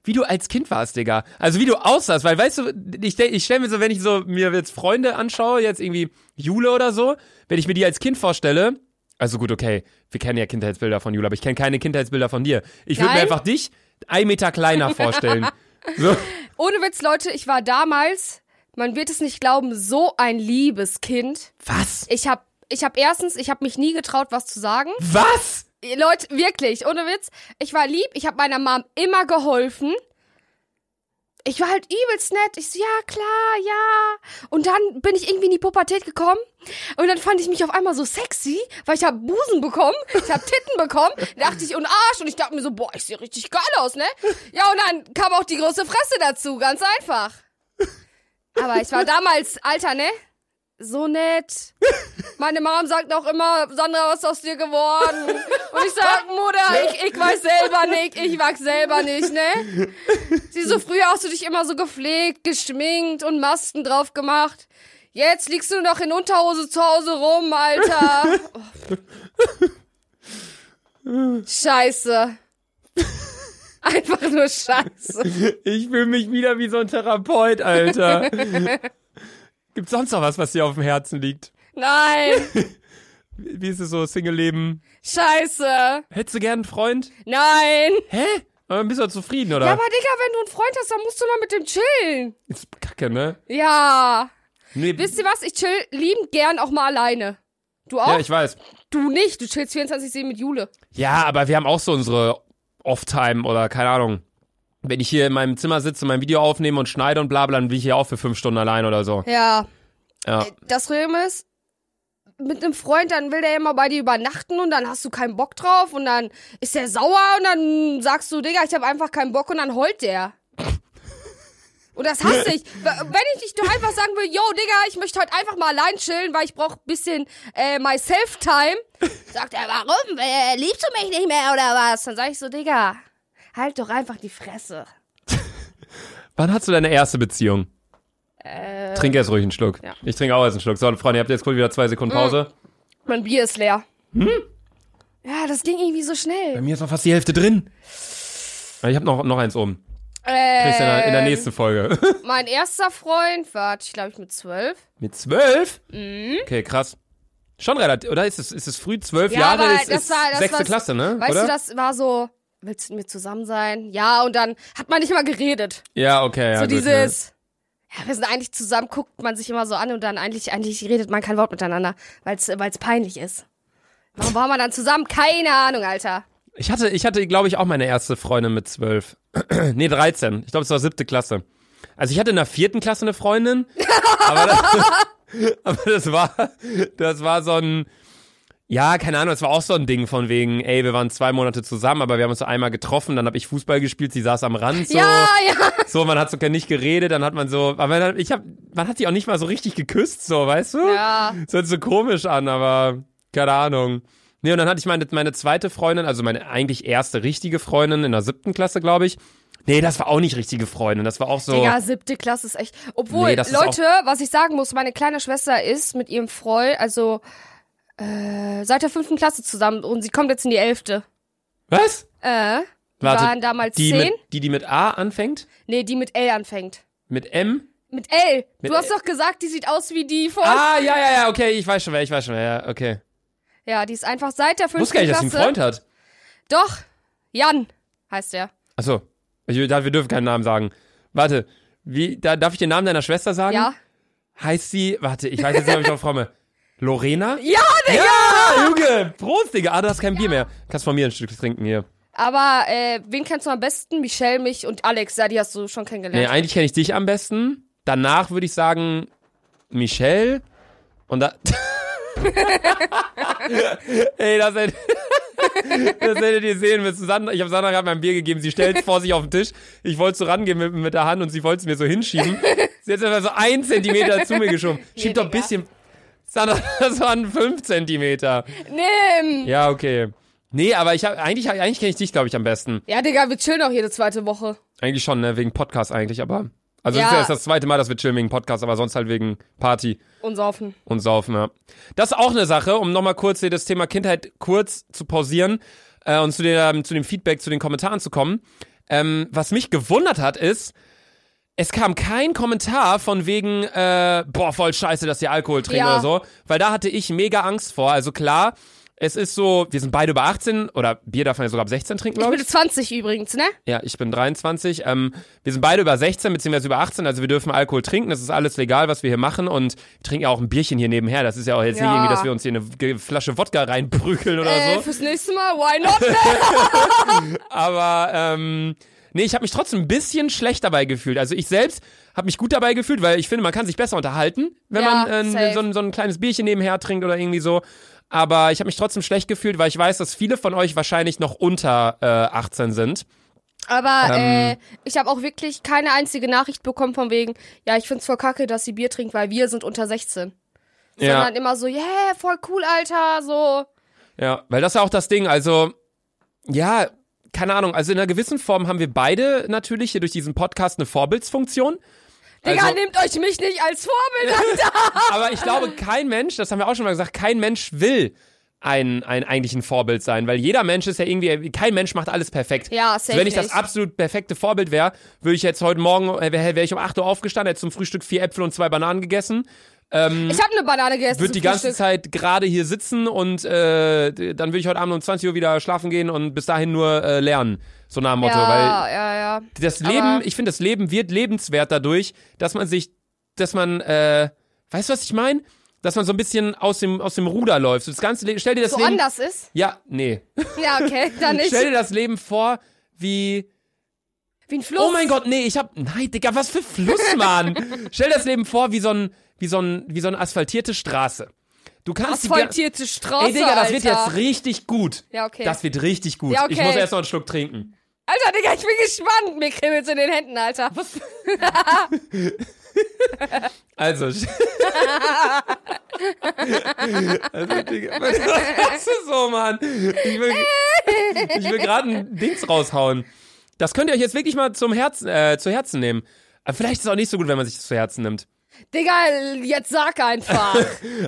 Speaker 2: wie du als Kind warst, Digga. Also wie du aussahst, weil weißt du, ich, denk- ich stelle mir so, wenn ich so mir jetzt Freunde anschaue, jetzt irgendwie Jule oder so, wenn ich mir die als Kind vorstelle, also gut, okay, wir kennen ja Kindheitsbilder von Jule, aber ich kenne keine Kindheitsbilder von dir. Ich würde mir
Speaker 1: Nein?
Speaker 2: einfach dich ein Meter kleiner vorstellen. so.
Speaker 1: Ohne Witz, Leute, ich war damals, man wird es nicht glauben, so ein liebes Kind.
Speaker 2: Was?
Speaker 1: Ich hab, ich hab erstens, ich hab mich nie getraut, was zu sagen.
Speaker 2: Was?
Speaker 1: Leute, wirklich, ohne Witz. Ich war lieb, ich habe meiner Mom immer geholfen. Ich war halt übelst nett. Ich so, ja, klar, ja. Und dann bin ich irgendwie in die Pubertät gekommen. Und dann fand ich mich auf einmal so sexy, weil ich habe Busen bekommen, ich habe Titten bekommen, dachte ich, und Arsch. Und ich dachte mir so, boah, ich sehe richtig geil aus, ne? Ja, und dann kam auch die große Fresse dazu, ganz einfach. Aber ich war damals, Alter, ne? So nett. Meine Mom sagt auch immer, Sandra, was ist aus dir geworden? Und ich sag, Mutter, ich, ich weiß selber nicht, ich wachs selber nicht, ne? Sie so, früher hast du dich immer so gepflegt, geschminkt und Masken drauf gemacht. Jetzt liegst du noch in Unterhose zu Hause rum, Alter. Oh. Scheiße. Einfach nur Scheiße.
Speaker 2: Ich fühle mich wieder wie so ein Therapeut, Alter. Gibt's sonst noch was, was dir auf dem Herzen liegt?
Speaker 1: Nein.
Speaker 2: Wie ist es so, Single-Leben?
Speaker 1: Scheiße.
Speaker 2: Hättest du gern einen Freund?
Speaker 1: Nein.
Speaker 2: Hä? Aber dann bist du doch zufrieden, oder?
Speaker 1: Ja, aber Digga, wenn du einen Freund hast, dann musst du mal mit dem chillen.
Speaker 2: ist kacke, ne?
Speaker 1: Ja.
Speaker 2: Nee,
Speaker 1: Wisst ihr was? Ich chill liebend gern auch mal alleine. Du auch?
Speaker 2: ja, ich weiß.
Speaker 1: du nicht. Du chillst 24-7 mit Jule.
Speaker 2: Ja, aber wir haben auch so unsere Off-Time oder keine Ahnung. Wenn ich hier in meinem Zimmer sitze, mein Video aufnehme und schneide
Speaker 1: Äh,
Speaker 2: und bla bla, dann bin ich hier auch für fünf Stunden allein oder so.
Speaker 1: Ja.
Speaker 2: Ja.
Speaker 1: Das Problem ist, mit einem Freund, dann will der immer bei dir übernachten und dann hast du keinen Bock drauf und dann ist der sauer und dann sagst du, Digga, ich habe einfach keinen Bock und dann heult der. Und das hasse ich. W- Wenn ich nicht doch einfach sagen will, yo, Digga, ich möchte heute einfach mal allein chillen, weil ich brauche bisschen äh, my self-time, sagt er, warum? Äh, liebst du mich nicht mehr oder was? Dann sage ich so, Digga, halt doch einfach die Fresse.
Speaker 2: Wann hast du deine erste Beziehung? Trink erst ruhig einen Schluck.
Speaker 1: äh, ja. Mhm.
Speaker 2: Ich trinke auch erst einen Schluck. So, Freunde, ihr habt jetzt kurz wieder zwei Sekunden Pause.
Speaker 1: Mein Bier ist leer. Hm? Ja, das ging irgendwie so
Speaker 2: Bei
Speaker 1: schnell.
Speaker 2: mir ist noch fast die Hälfte drin. Ah, Ich habe noch, noch eins oben. Kriegst du in der, in der
Speaker 1: Ähm,
Speaker 2: nächsten Folge.
Speaker 1: Mein erster Freund war, ich glaube ich, mit zwölf.
Speaker 2: Mit zwölf?
Speaker 1: Mhm.
Speaker 2: Okay, krass. Schon relativ, oder? Ist es, ist es früh? Zwölf
Speaker 1: Ja,
Speaker 2: Jahre
Speaker 1: aber
Speaker 2: ist,
Speaker 1: das
Speaker 2: ist
Speaker 1: war- das
Speaker 2: sechste
Speaker 1: war-
Speaker 2: Klasse, ne?
Speaker 1: Weißt
Speaker 2: oder?
Speaker 1: du, das war so, willst du mit mir zusammen sein? Ja, und dann hat man nicht mal geredet.
Speaker 2: ja, okay, ja.
Speaker 1: so
Speaker 2: gut,
Speaker 1: dieses, ja. wir sind eigentlich zusammen, guckt man sich immer so an und dann eigentlich, eigentlich redet man kein Wort miteinander, weil es peinlich ist. Warum war man dann zusammen? Keine Ahnung, Alter.
Speaker 2: ja. Ich hatte, ich hatte glaube ich, auch meine erste Freundin mit zwölf. nee, 13. Ich glaube, es war siebte Klasse. Also ich hatte in der vierten Klasse eine Freundin, aber das, aber das war, das war so ein, ja, keine Ahnung, das war auch so ein Ding von wegen, ey, wir waren zwei Monate zusammen, aber wir haben uns nur einmal getroffen, dann habe ich Fußball gespielt, sie saß am Rand, so.
Speaker 1: Ja, ja.
Speaker 2: So, man hat so gar nicht geredet, dann hat man so, aber dann, ich hab, man hat die auch nicht mal so richtig geküsst, so, weißt du?
Speaker 1: Ja.
Speaker 2: Das hört so komisch an, aber keine Ahnung. Nee, und dann hatte ich meine, meine zweite Freundin, also meine eigentlich erste richtige Freundin in der siebten Klasse, glaube ich. Nee, das war auch nicht richtige Freundin, das war auch so.
Speaker 1: Digga, siebte Klasse ist echt. Obwohl,
Speaker 2: Nee, das ist
Speaker 1: Leute, was ich sagen muss, meine kleine Schwester ist mit ihrem Freund, also äh, seit der fünften Klasse zusammen und sie kommt jetzt in die elfte.
Speaker 2: was?
Speaker 1: Äh, die
Speaker 2: Warte,
Speaker 1: waren damals
Speaker 2: Die
Speaker 1: zehn.
Speaker 2: mit, die, die mit A anfängt?
Speaker 1: nee, die mit L anfängt.
Speaker 2: Mit M?
Speaker 1: Mit L.
Speaker 2: Mit
Speaker 1: du hast
Speaker 2: L.
Speaker 1: doch gesagt, die sieht aus wie die von.
Speaker 2: Ah, ja, ja, ja, okay, ich weiß schon wer, ich weiß schon wer, ja, okay.
Speaker 1: Ja, die ist einfach seit der
Speaker 2: Ich
Speaker 1: fünften
Speaker 2: wusste gar nicht, dass
Speaker 1: Klasse.
Speaker 2: sie einen Freund hat.
Speaker 1: Doch, Jan heißt er.
Speaker 2: Achso, ich dachte, wir dürfen keinen Namen sagen. Warte, wie, da, darf ich den Namen deiner Schwester sagen?
Speaker 1: Ja.
Speaker 2: Heißt sie, warte, ich weiß jetzt nicht, ob ich drauf komme. Lorena?
Speaker 1: Ja, Digga!
Speaker 2: Ja, Junge! Prost, Digga! Ah, du hast kein Bier mehr. Kannst von mir ein Stück trinken hier.
Speaker 1: Aber äh, wen kennst du am besten? Michelle, mich und Alex. Ja, die hast du schon
Speaker 2: Nee,
Speaker 1: kennengelernt.
Speaker 2: eigentlich kenne ich dich am besten. Danach würde ich sagen, Michelle. Und da. Ey, das hättet, das hättet ihr sehen müssen. Sandra, ich habe Sandra gerade mein Bier gegeben. Sie stellt es vor sich auf den Tisch. Ich wollte so rangehen mit, mit der Hand und sie wollte es mir so hinschieben. Sie hat es einfach so ein Zentimeter zu mir geschoben. Schieb doch ein
Speaker 1: Digga.
Speaker 2: bisschen. Sandra, das waren fünf Zentimeter.
Speaker 1: Nimm!
Speaker 2: Ja, okay. Nee, aber ich hab, eigentlich, eigentlich kenne ich dich, glaube ich, am besten.
Speaker 1: Ja, Digga, wir chillen auch jede zweite Woche.
Speaker 2: Eigentlich schon, ne? Wegen Podcast eigentlich, aber. Also
Speaker 1: Ja.
Speaker 2: das ist ja erst das zweite Mal, dass wir chillen wegen Podcast, aber sonst halt wegen Party
Speaker 1: Und saufen.
Speaker 2: und Saufen, ja. Das ist auch eine Sache, um nochmal kurz hier das Thema Kindheit kurz zu pausieren äh, und zu, dem zu dem Feedback, zu den Kommentaren zu kommen. Ähm, was mich gewundert hat, ist, es kam kein Kommentar von wegen, äh, boah, voll scheiße, dass ihr Alkohol trinkt
Speaker 1: Ja.
Speaker 2: oder so, weil da hatte ich mega Angst vor. Also klar, es ist so, wir sind beide über 18 oder Bier darf man ja sogar ab 16 trinken,
Speaker 1: Ich
Speaker 2: glaube
Speaker 1: bin
Speaker 2: ich.
Speaker 1: 20 übrigens, ne?
Speaker 2: Ja, ich bin 23. Ähm, wir sind beide über 16 beziehungsweise über 18, also wir dürfen Alkohol trinken. Das ist alles legal, was wir hier machen. Und wir trinken ja auch ein Bierchen hier nebenher. Das ist ja auch jetzt nicht
Speaker 1: Ja.
Speaker 2: irgendwie, dass wir uns hier eine G- Flasche Wodka reinprügeln oder
Speaker 1: Äh,
Speaker 2: so.
Speaker 1: fürs nächste Mal, why not?
Speaker 2: Aber ähm, nee, ich habe mich trotzdem ein bisschen schlecht dabei gefühlt. Also ich selbst habe mich gut dabei gefühlt, weil ich finde, man kann sich besser unterhalten, wenn
Speaker 1: Ja,
Speaker 2: man äh,
Speaker 1: safe.
Speaker 2: so, ein, so ein kleines Bierchen nebenher trinkt oder irgendwie so. Aber ich habe mich trotzdem schlecht gefühlt, weil ich weiß, dass viele von euch wahrscheinlich noch unter äh, 18 sind.
Speaker 1: Aber
Speaker 2: Ähm.
Speaker 1: äh, ich habe auch wirklich keine einzige Nachricht bekommen von wegen, ja, ich find's voll kacke, dass sie Bier trinkt, weil wir sind unter 16. Sondern immer so, yeah, voll cool, Alter, so.
Speaker 2: Ja, weil das ist ja auch das Ding. Also, ja, keine Ahnung. Also in einer gewissen Form haben wir beide natürlich hier durch diesen Podcast eine Vorbildsfunktion.
Speaker 1: Digga,
Speaker 2: Also-
Speaker 1: nehmt euch mich nicht als Vorbild.
Speaker 2: Aber ich glaube, kein Mensch, das haben wir auch schon mal gesagt, kein Mensch will ein, ein eigentlich ein Vorbild sein, weil jeder Mensch ist ja irgendwie, kein Mensch macht alles perfekt.
Speaker 1: Ja, safe
Speaker 2: also wenn ich das
Speaker 1: nicht.
Speaker 2: absolut perfekte Vorbild wäre, würde ich jetzt heute Morgen, äh, wäre wär ich um 8 Uhr aufgestanden, hätte zum Frühstück vier Äpfel und zwei Bananen gegessen,
Speaker 1: Ich habe eine Banane gegessen.
Speaker 2: würde
Speaker 1: zum
Speaker 2: Mhm. die ganze
Speaker 1: Frühstück.
Speaker 2: Zeit gerade hier sitzen und äh, d- dann würde ich heute Abend um 20 Uhr wieder schlafen gehen und bis dahin nur äh, lernen. So nach dem Motto, weil
Speaker 1: Ja, ja, ja.
Speaker 2: das
Speaker 1: Aber-
Speaker 2: Leben, ich finde, das Leben wird lebenswert dadurch, dass man sich, dass man, äh, weißt du, was ich meine? Dass man so ein bisschen aus dem, aus dem Ruder läuft. So Das ganze Leben, stell dir das
Speaker 1: So
Speaker 2: Leben.
Speaker 1: anders ist.
Speaker 2: Ja, nee.
Speaker 1: Ja, okay, dann nicht.
Speaker 2: Stell dir das Leben vor, wie.
Speaker 1: Wie ein Fluss.
Speaker 2: Oh mein Gott, nee, ich hab. Nein, Digga, was für Fluss, Mann! stell dir das Leben vor, wie so ein, wie so ein, wie so eine asphaltierte Straße. Du kannst die ga-
Speaker 1: Asphaltierte Straße.
Speaker 2: Ey, Digga, das wird
Speaker 1: Alter.
Speaker 2: jetzt richtig gut.
Speaker 1: Ja, okay.
Speaker 2: Das wird richtig gut.
Speaker 1: Ja, okay.
Speaker 2: Ich muss erst noch einen Schluck trinken.
Speaker 1: Alter, Digga, ich bin gespannt. Mir kribbelt's in den Händen, Alter. Was?
Speaker 2: Also. also, Also, Digga, was ist so, Mann? Ich will, ich will gerade ein Dings raushauen. Das könnt ihr euch jetzt wirklich mal zum Herzen, äh, zu Herzen nehmen. Aber vielleicht ist es auch nicht so gut, wenn man sich das zu Herzen nimmt.
Speaker 1: Digga, jetzt sag einfach.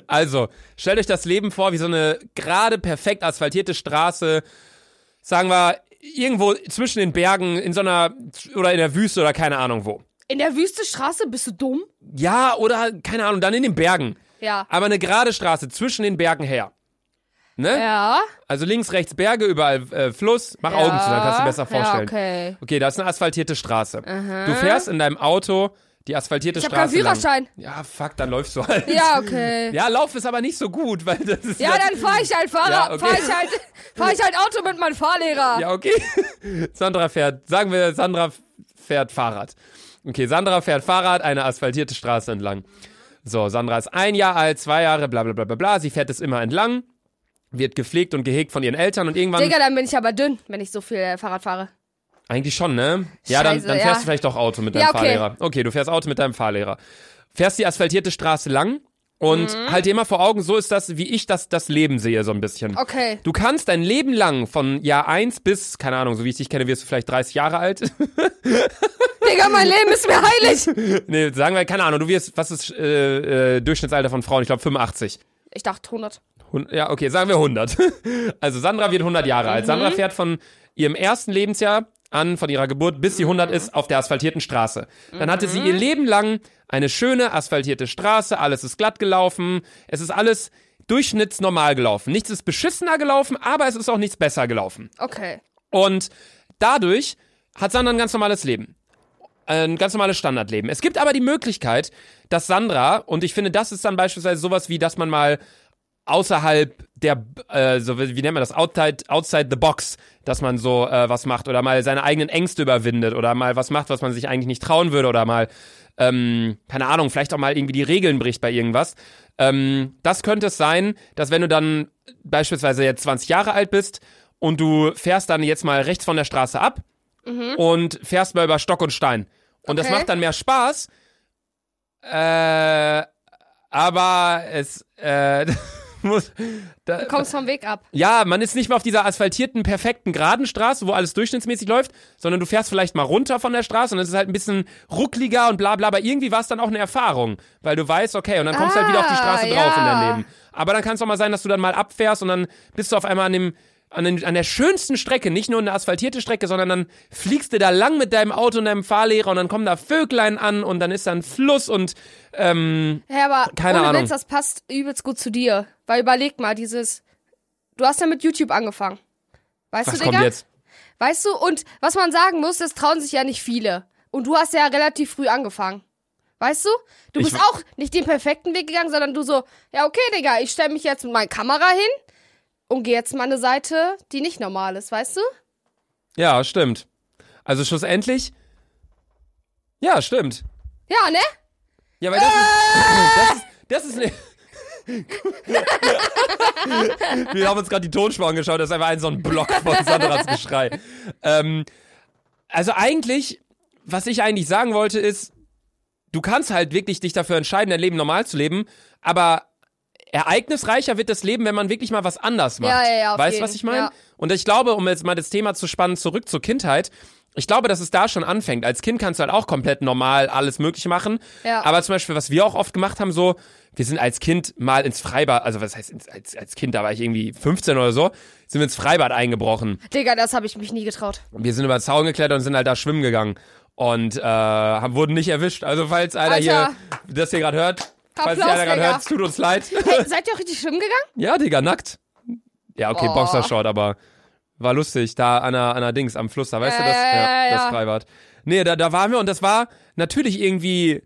Speaker 2: Also, stellt euch das Leben vor wie so eine gerade perfekt asphaltierte Straße, sagen wir, irgendwo zwischen den Bergen, in so einer, oder in der Wüste oder keine Ahnung wo.
Speaker 1: In der Wüste Straße bist du dumm? Ah.
Speaker 2: Ja, oder halt, keine Ahnung, dann in den Bergen.
Speaker 1: Ja.
Speaker 2: Aber eine gerade Straße zwischen den Bergen her. Ne?
Speaker 1: Ja.
Speaker 2: Also links, rechts Berge, überall äh, Fluss. Mach
Speaker 1: ja.
Speaker 2: Augen zu, dann kannst du besser
Speaker 1: Ja,
Speaker 2: vorstellen.
Speaker 1: okay.
Speaker 2: okay, das ist eine asphaltierte Straße. Du fährst in deinem Auto die asphaltierte
Speaker 1: Ich hab
Speaker 2: Straße.
Speaker 1: keinen Führerschein.
Speaker 2: Lang. Ja, fuck, dann läufst du halt.
Speaker 1: Ja, okay.
Speaker 2: Ja, Lauf ist aber nicht so gut, weil das ist.
Speaker 1: Ja, dann fahr ich halt Fahrrad,
Speaker 2: Ja, okay.
Speaker 1: fahr ich halt, fahr ich halt Auto mit meinem Fahrlehrer.
Speaker 2: Ja, okay. Sandra fährt, sagen wir, Sandra fährt Fahrrad. Okay, Sandra fährt Fahrrad eine asphaltierte Straße entlang. So, Sandra ist ein Jahr alt, zwei Jahre, bla bla bla bla bla. Sie fährt es immer entlang, wird gepflegt und gehegt von ihren Eltern und irgendwann.
Speaker 1: Digga, dann bin ich aber dünn, wenn ich so viel äh, Fahrrad fahre.
Speaker 2: Eigentlich schon, ne? Ja, dann,
Speaker 1: Scheiße,
Speaker 2: dann fährst
Speaker 1: ja.
Speaker 2: du vielleicht doch Auto mit deinem
Speaker 1: Ja, okay.
Speaker 2: Fahrlehrer. Okay, du fährst Auto mit deinem Fahrlehrer. Fährst die asphaltierte Straße lang und
Speaker 1: Mhm.
Speaker 2: halt dir immer vor Augen, so ist das, wie ich das, das Leben sehe, so ein bisschen.
Speaker 1: Okay.
Speaker 2: Du kannst dein Leben lang von Jahr 1 bis, keine Ahnung, so wie ich dich kenne, wirst du vielleicht 30 Jahre alt.
Speaker 1: Digga, mein Leben ist mir heilig.
Speaker 2: nee, sagen wir, keine Ahnung, du wirst, was ist äh, äh, Durchschnittsalter von Frauen? Ich glaube 85.
Speaker 1: Ich dachte 100.
Speaker 2: Hun- Ja, okay, sagen wir 100. Also Sandra wird 100 Jahre alt. Sandra fährt von ihrem ersten Lebensjahr an, von ihrer Geburt, bis sie 100 ist, auf der asphaltierten Straße. Dann hatte sie ihr Leben lang eine schöne asphaltierte Straße, alles ist glatt gelaufen, es ist alles durchschnittsnormal gelaufen. Nichts ist beschissener gelaufen, aber es ist auch nichts besser gelaufen.
Speaker 1: Okay.
Speaker 2: Und dadurch hat Sandra ein ganz normales Leben. Ein ganz normales Standardleben. Es gibt aber die Möglichkeit, dass Sandra, und ich finde, das ist dann beispielsweise sowas wie, dass man mal außerhalb der, äh, so wie wie nennt man das, outside, outside the box, dass man so äh, was macht oder mal seine eigenen Ängste überwindet oder mal was macht, was man sich eigentlich nicht trauen würde oder mal, ähm, keine Ahnung, vielleicht auch mal irgendwie die Regeln bricht bei irgendwas. Ähm, das könnte es sein, dass wenn du dann beispielsweise jetzt 20 Jahre alt bist und du fährst dann jetzt mal rechts von der Straße ab und fährst mal über Stock und Stein. Und das
Speaker 1: Okay.
Speaker 2: macht dann mehr Spaß. Äh, aber es äh, muss. Da,
Speaker 1: Du kommst vom Weg ab.
Speaker 2: ja, man ist nicht mehr auf dieser asphaltierten, perfekten, geraden Straße, wo alles durchschnittsmäßig läuft, sondern du fährst vielleicht mal runter von der Straße und es ist halt ein bisschen ruckliger und bla bla, aber irgendwie war es dann auch eine Erfahrung, weil du weißt, okay, und dann kommst du halt wieder auf die
Speaker 1: Ah,
Speaker 2: Straße drauf in
Speaker 1: ja.
Speaker 2: deinem Leben. Aber dann kann es auch mal sein, dass du dann mal abfährst und dann bist du auf einmal an dem an, den, an der schönsten Strecke, nicht nur eine asphaltierte Strecke, sondern dann fliegst du da lang mit deinem Auto und deinem Fahrlehrer und dann kommen da Vöglein an und dann ist da ein Fluss und
Speaker 1: Ja, aber
Speaker 2: Keine
Speaker 1: ohne
Speaker 2: Ahnung.
Speaker 1: Witz, das passt übelst gut zu dir. Weil überleg mal, dieses. Du hast ja mit YouTube angefangen. Weißt
Speaker 2: was
Speaker 1: du,
Speaker 2: kommt
Speaker 1: Digga?
Speaker 2: jetzt?
Speaker 1: Weißt du, und was man sagen muss, das trauen sich ja nicht viele. Und du hast ja relativ früh angefangen. Weißt du? Du
Speaker 2: Ich
Speaker 1: bist auch nicht den perfekten Weg gegangen, sondern du so, ja, okay, Digga, ich stelle mich jetzt mit meiner Kamera hin und gehe jetzt mal eine Seite, die nicht normal ist, weißt du?
Speaker 2: Ja, stimmt. Also schlussendlich. Ja, stimmt.
Speaker 1: Ja, ne?
Speaker 2: Ja, weil das
Speaker 1: Äh!
Speaker 2: ist. Das ist, ne- das ist eine Wir haben uns gerade die Tonspur angeschaut, das ist einfach ein so ein Block von Sandras Geschrei. Ähm, also eigentlich, was ich eigentlich sagen wollte, ist, du kannst halt wirklich dich dafür entscheiden, dein Leben normal zu leben, aber ereignisreicher wird das Leben, wenn man wirklich mal was anders macht.
Speaker 1: Ja, ja, ja, auf
Speaker 2: weißt du,
Speaker 1: jeden,
Speaker 2: was ich meine?
Speaker 1: ja.
Speaker 2: Und ich glaube, um jetzt mal das Thema zu spannen, zurück zur Kindheit, ich glaube, dass es da schon anfängt. Als Kind kannst du halt auch komplett normal alles möglich machen.
Speaker 1: Ja.
Speaker 2: Aber zum Beispiel, was wir auch oft gemacht haben, so, wir sind als Kind mal ins Freibad, also was heißt ins, als, als Kind, da war ich irgendwie 15 oder so, sind wir ins Freibad eingebrochen.
Speaker 1: Digga, das habe ich mich nie getraut.
Speaker 2: Wir sind über den Zaun geklettert und sind halt da schwimmen gegangen. Und äh, haben, wurden nicht erwischt. Also falls einer
Speaker 1: Alter.
Speaker 2: hier das hier gerade hört, falls
Speaker 1: Applaus,
Speaker 2: hier einer gerade
Speaker 1: Digga.
Speaker 2: hört, es tut uns leid.
Speaker 1: Hey, seid ihr auch richtig schwimmen gegangen?
Speaker 2: ja, Digga, nackt. Ja, okay,
Speaker 1: Oh.
Speaker 2: Boxershort, aber war lustig. Da an der, an der Dings am Fluss, da weißt du
Speaker 1: Ja,
Speaker 2: das,
Speaker 1: ja, ja, ja,
Speaker 2: das
Speaker 1: ja.
Speaker 2: Freibad. Nee, da, da waren wir und das war natürlich irgendwie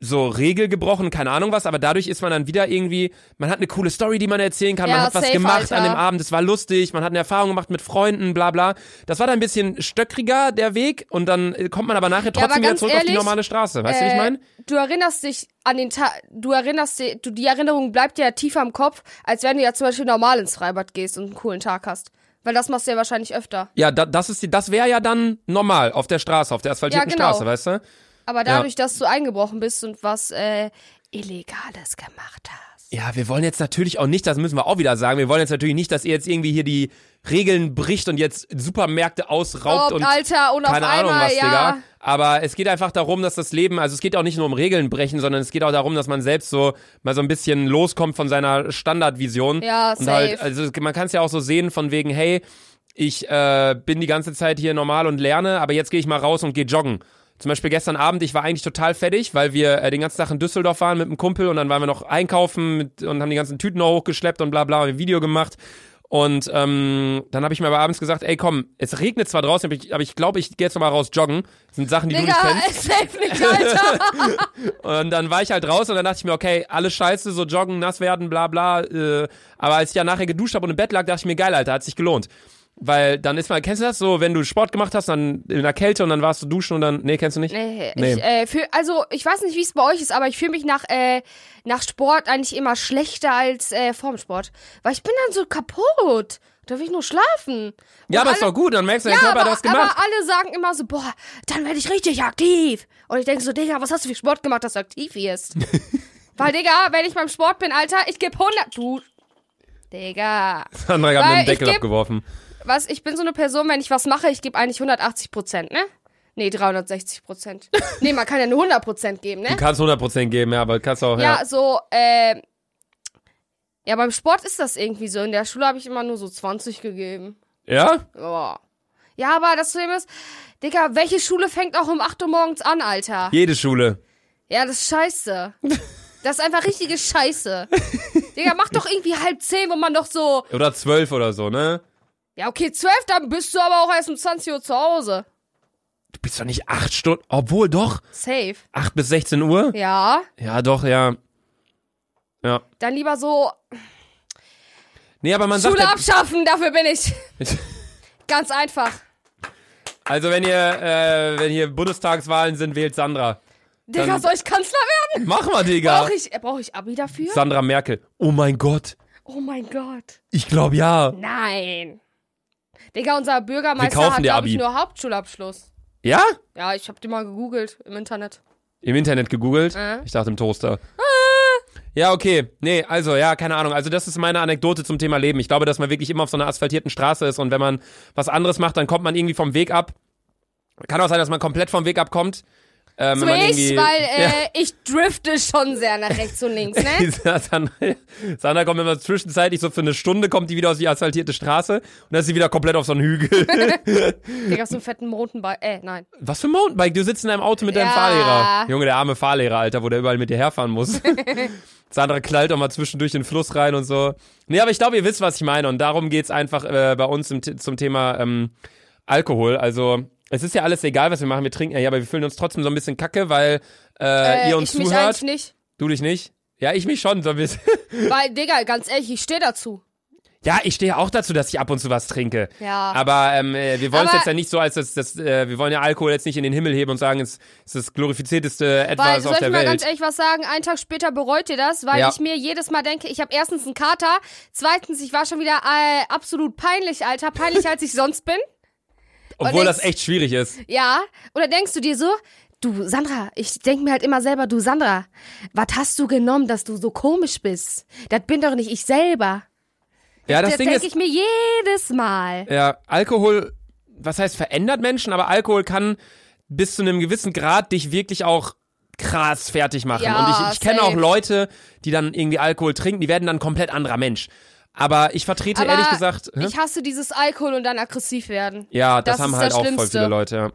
Speaker 2: so Regel gebrochen, keine Ahnung was, aber dadurch ist man dann wieder irgendwie, man hat eine coole Story, die man erzählen kann,
Speaker 1: Ja,
Speaker 2: man hat was
Speaker 1: safe,
Speaker 2: gemacht
Speaker 1: Alter.
Speaker 2: an dem Abend, es war lustig, man hat eine Erfahrung gemacht mit Freunden, bla bla. Das war dann ein bisschen stöckriger, der Weg, und dann äh, kommt man aber nachher trotzdem
Speaker 1: aber
Speaker 2: wieder
Speaker 1: ganz
Speaker 2: zurück auf die
Speaker 1: ehrlich,
Speaker 2: normale Straße, weißt du, wie ich
Speaker 1: Äh,
Speaker 2: meine?
Speaker 1: Du erinnerst dich an den Tag, du erinnerst dich, du, die Erinnerung bleibt dir ja tiefer im Kopf, als wenn du ja zum Beispiel normal ins Freibad gehst und einen coolen Tag hast. Weil das machst du ja wahrscheinlich öfter.
Speaker 2: Ja, da, das ist die, das wäre ja dann normal auf der Straße, auf der asphaltierten
Speaker 1: Ja, genau.
Speaker 2: Straße, weißt du?
Speaker 1: Aber dadurch, dass du eingebrochen bist und was äh, Illegales gemacht hast.
Speaker 2: Ja, wir wollen jetzt natürlich auch nicht, das müssen wir auch wieder sagen, wir wollen jetzt natürlich nicht, dass ihr jetzt irgendwie hier die Regeln bricht und jetzt Supermärkte ausraubt
Speaker 1: Oh,
Speaker 2: und
Speaker 1: Alter, und auf
Speaker 2: keine Ahnung
Speaker 1: einmal,
Speaker 2: was,
Speaker 1: ja.
Speaker 2: Digga. Aber es geht einfach darum, dass das Leben, also es geht auch nicht nur um Regeln brechen, sondern es geht auch darum, dass man selbst so mal so ein bisschen loskommt von seiner Standardvision.
Speaker 1: Ja,
Speaker 2: und
Speaker 1: safe.
Speaker 2: halt, also man kann es ja auch so sehen von wegen, hey, ich äh, bin die ganze Zeit hier normal und lerne, aber jetzt gehe ich mal raus und gehe joggen. Zum Beispiel gestern Abend, ich war eigentlich total fertig, weil wir äh, den ganzen Tag in Düsseldorf waren mit einem Kumpel und dann waren wir noch einkaufen mit, und haben die ganzen Tüten noch hochgeschleppt und bla bla und ein Video gemacht. Und ähm, dann habe ich mir aber abends gesagt, ey komm, es regnet zwar draußen, aber ich glaube, ich, glaub, ich gehe jetzt nochmal raus joggen. Das sind Sachen, die du nicht
Speaker 1: Digga,
Speaker 2: kennst.
Speaker 1: safe nicht, Alter.
Speaker 2: Und dann war ich halt raus und dann dachte ich mir, okay, alles scheiße, so joggen, nass werden, bla bla. Äh, aber als ich dann nachher geduscht habe und im Bett lag, dachte ich mir, geil, Alter, hat sich gelohnt. Weil dann ist mal, kennst du das so, wenn du Sport gemacht hast, dann in der Kälte und dann warst du duschen und dann, nee, kennst du nicht?
Speaker 1: Nee,
Speaker 2: Nee.
Speaker 1: Ich, äh, fühl, also ich weiß nicht, wie es bei euch ist, aber ich fühle mich nach, äh, nach Sport eigentlich immer schlechter als äh, vorm Sport. Weil ich bin dann so kaputt. Da will ich nur schlafen.
Speaker 2: ja,
Speaker 1: Und
Speaker 2: aber ist
Speaker 1: alle-
Speaker 2: doch gut, dann merkst du, der
Speaker 1: ja,
Speaker 2: Körper
Speaker 1: aber,
Speaker 2: hat was gemacht.
Speaker 1: aber alle sagen immer so, boah, dann werde ich richtig aktiv. Und ich denke so, Digga, was hast du für Sport gemacht, dass du aktiv wirst? Weil, Digga, wenn ich beim Sport bin, Alter, ich gebe 100. Du, Digga.
Speaker 2: Sandra hat mir
Speaker 1: Weil
Speaker 2: den
Speaker 1: ich
Speaker 2: Deckel
Speaker 1: geb-
Speaker 2: abgeworfen.
Speaker 1: Was, ich bin so eine Person, wenn ich was mache, ich gebe eigentlich 180 Prozent, ne? Nee, 360 Prozent. Nee, man kann ja nur 100 Prozent geben, ne?
Speaker 2: Du kannst 100% geben, ja, aber kannst auch, ja.
Speaker 1: Ja, so, äh, ja, beim Sport ist das irgendwie so. In der Schule habe ich immer nur so 20 gegeben.
Speaker 2: Ja?
Speaker 1: Ja. Ja, aber das Problem ist, Digga, welche Schule fängt auch um 8 Uhr morgens an, Alter?
Speaker 2: Jede Schule.
Speaker 1: Ja, das ist scheiße. Das ist einfach richtige Scheiße. Digga, mach doch irgendwie halb zehn, wo man doch so,
Speaker 2: Oder zwölf oder so, ne?
Speaker 1: ja, okay, zwölf, dann bist du aber auch erst um 20 Uhr zu Hause.
Speaker 2: Du bist doch nicht acht Stunden, obwohl doch,
Speaker 1: Safe.
Speaker 2: acht bis 16 Uhr?
Speaker 1: Ja,
Speaker 2: Ja, doch, ja. Ja.
Speaker 1: dann lieber so
Speaker 2: Nee, aber man sagt.
Speaker 1: Schule
Speaker 2: ja-
Speaker 1: abschaffen, dafür bin ich. Ganz einfach.
Speaker 2: Also wenn ihr, äh, wenn hier Bundestagswahlen sind, wählt Sandra.
Speaker 1: Digga,
Speaker 2: Dann-
Speaker 1: soll ich Kanzler werden?
Speaker 2: Mach mal, Digga.
Speaker 1: Brauche ich, äh, brauch ich Abi dafür?
Speaker 2: Sandra Merkel. Oh mein Gott.
Speaker 1: Oh mein Gott.
Speaker 2: Ich glaube ja.
Speaker 1: Nein. Digga, unser
Speaker 2: Wir kaufen
Speaker 1: Bürgermeister hat,
Speaker 2: dir
Speaker 1: glaube ich,
Speaker 2: Abi.
Speaker 1: nur Hauptschulabschluss.
Speaker 2: Ja?
Speaker 1: Ja, ich habe die mal gegoogelt im Internet.
Speaker 2: Im Internet gegoogelt.
Speaker 1: Äh.
Speaker 2: Ich dachte im Toaster. Ja, okay. Nee, also ja, keine Ahnung. Also das ist meine Anekdote zum Thema Leben. Ich glaube, dass man wirklich immer auf so einer asphaltierten Straße ist und wenn man was anderes macht, dann kommt man irgendwie vom Weg ab. Kann auch sein, dass man komplett vom Weg abkommt. Ähm,
Speaker 1: So
Speaker 2: wenn man
Speaker 1: ich,
Speaker 2: irgendwie-
Speaker 1: weil
Speaker 2: Ja.
Speaker 1: äh, ich drifte schon sehr nach rechts und links, ne?
Speaker 2: Sandra, Sandra kommt immer zwischenzeitlich so für eine Stunde, kommt die wieder aus die asphaltierte Straße und dann ist sie wieder komplett auf so einen Hügel.
Speaker 1: Digga, hast du einen fetten Mountainbike. Äh, nein.
Speaker 2: Was für ein Mountainbike? Du sitzt in einem Auto mit deinem
Speaker 1: Ja.
Speaker 2: Fahrlehrer. Junge, der arme Fahrlehrer, Alter, wo der überall mit dir herfahren muss. Sandra knallt auch mal zwischendurch in den Fluss rein und so. Nee, aber ich glaube, ihr wisst, was ich meine. Und darum geht's einfach äh, bei uns im, T- zum Thema ähm, Alkohol. Also, es ist ja alles egal, was wir machen. Wir trinken ja, hier, aber wir fühlen uns trotzdem so ein bisschen kacke, weil äh,
Speaker 1: Äh,
Speaker 2: ihr uns
Speaker 1: ich mich
Speaker 2: zuhört.
Speaker 1: eigentlich nicht.
Speaker 2: Du dich nicht? Ja, ich mich schon so ein bisschen.
Speaker 1: Weil, Digga, ganz ehrlich, ich stehe dazu.
Speaker 2: Ja, ich stehe auch dazu, dass ich ab und zu was trinke.
Speaker 1: Ja.
Speaker 2: Aber ähm, äh, wir wollen es
Speaker 1: Aber-
Speaker 2: jetzt ja nicht so, als das, das äh, wir wollen ja Alkohol jetzt nicht in den Himmel heben und sagen, es ist das glorifizierteste
Speaker 1: Weil,
Speaker 2: etwas
Speaker 1: soll ich
Speaker 2: auf der
Speaker 1: mal
Speaker 2: Welt.
Speaker 1: ganz ehrlich was sagen? Einen Tag später bereut ihr das, weil
Speaker 2: Ja.
Speaker 1: ich mir jedes Mal denke, ich habe erstens einen Kater, zweitens, ich war schon wieder äh, absolut peinlich, Alter. Peinlicher, als ich sonst bin.
Speaker 2: Obwohl
Speaker 1: und
Speaker 2: das
Speaker 1: jetzt-
Speaker 2: echt schwierig ist.
Speaker 1: Ja, oder denkst du dir so, du Sandra, ich denk mir halt immer selber, du Sandra, was hast du genommen, dass du so komisch bist? Das bin doch nicht ich selber.
Speaker 2: Ja, das
Speaker 1: Das,
Speaker 2: Ding
Speaker 1: denk
Speaker 2: ist,
Speaker 1: ich mir jedes Mal.
Speaker 2: ja, Alkohol, was heißt verändert Menschen, aber Alkohol kann bis zu einem gewissen Grad dich wirklich auch krass fertig machen.
Speaker 1: Ja,
Speaker 2: und ich, ich kenne
Speaker 1: safe.
Speaker 2: auch Leute, die dann irgendwie Alkohol trinken, die werden dann komplett anderer Mensch. Aber ich vertrete
Speaker 1: Aber
Speaker 2: ehrlich gesagt, hä?
Speaker 1: Ich hasse dieses Alkohol und dann aggressiv werden.
Speaker 2: ja, das,
Speaker 1: das
Speaker 2: haben
Speaker 1: ist
Speaker 2: halt
Speaker 1: das
Speaker 2: auch voll
Speaker 1: Schlimmste.
Speaker 2: viele Leute. Ja.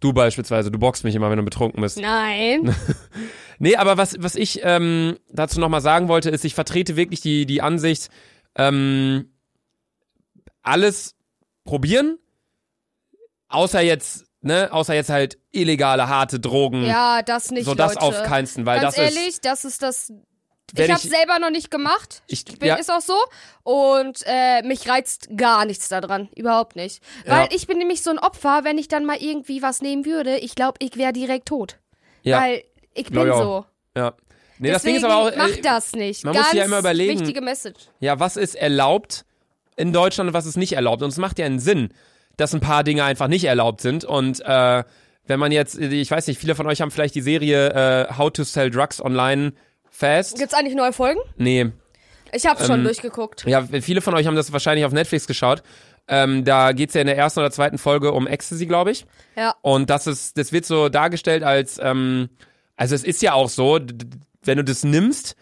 Speaker 2: Du beispielsweise, du boxst mich immer, wenn du betrunken bist.
Speaker 1: Nein.
Speaker 2: Nee, aber was, was ich ähm, dazu nochmal sagen wollte, ist, ich vertrete wirklich die, die Ansicht, ähm, alles probieren, außer jetzt ne, außer jetzt halt illegale, harte Drogen.
Speaker 1: Ja, das nicht,
Speaker 2: so das
Speaker 1: Leute.
Speaker 2: auf keinsten, weil
Speaker 1: Ganz
Speaker 2: das
Speaker 1: ehrlich,
Speaker 2: ist.
Speaker 1: das ist das. Ich,
Speaker 2: Wenn
Speaker 1: hab's
Speaker 2: ich-
Speaker 1: selber noch nicht gemacht.
Speaker 2: Ich-
Speaker 1: bin,
Speaker 2: ja.
Speaker 1: Ist auch so. Und äh, mich reizt gar nichts daran. Überhaupt nicht. Weil
Speaker 2: Ja.
Speaker 1: ich bin nämlich so ein Opfer, wenn ich dann mal irgendwie was nehmen würde. Ich glaube, ich wäre direkt tot.
Speaker 2: Ja,
Speaker 1: Weil ich bin
Speaker 2: Glaub ich auch.
Speaker 1: so.
Speaker 2: ja. Nee, das Ding
Speaker 1: Deswegen
Speaker 2: ist aber auch. äh,
Speaker 1: macht das nicht.
Speaker 2: man muss
Speaker 1: Ganz
Speaker 2: sich ja immer überlegen.
Speaker 1: wichtige Message.
Speaker 2: ja, was ist erlaubt in Deutschland und was ist nicht erlaubt? Und es macht ja einen Sinn, dass ein paar Dinge einfach nicht erlaubt sind. Und äh, wenn man jetzt, ich weiß nicht, viele von euch haben vielleicht die Serie äh, How to Sell Drugs Online Fast.
Speaker 1: Gibt's eigentlich neue Folgen?
Speaker 2: nee.
Speaker 1: Ich habe schon durchgeguckt.
Speaker 2: Ähm, Ja, viele von euch haben das wahrscheinlich auf Netflix geschaut. Ähm, da geht's ja in der ersten oder zweiten Folge um Ecstasy, glaube ich.
Speaker 1: Ja.
Speaker 2: Und das ist, das wird so dargestellt als, ähm, also es ist ja auch so, d- d- wenn du das nimmst,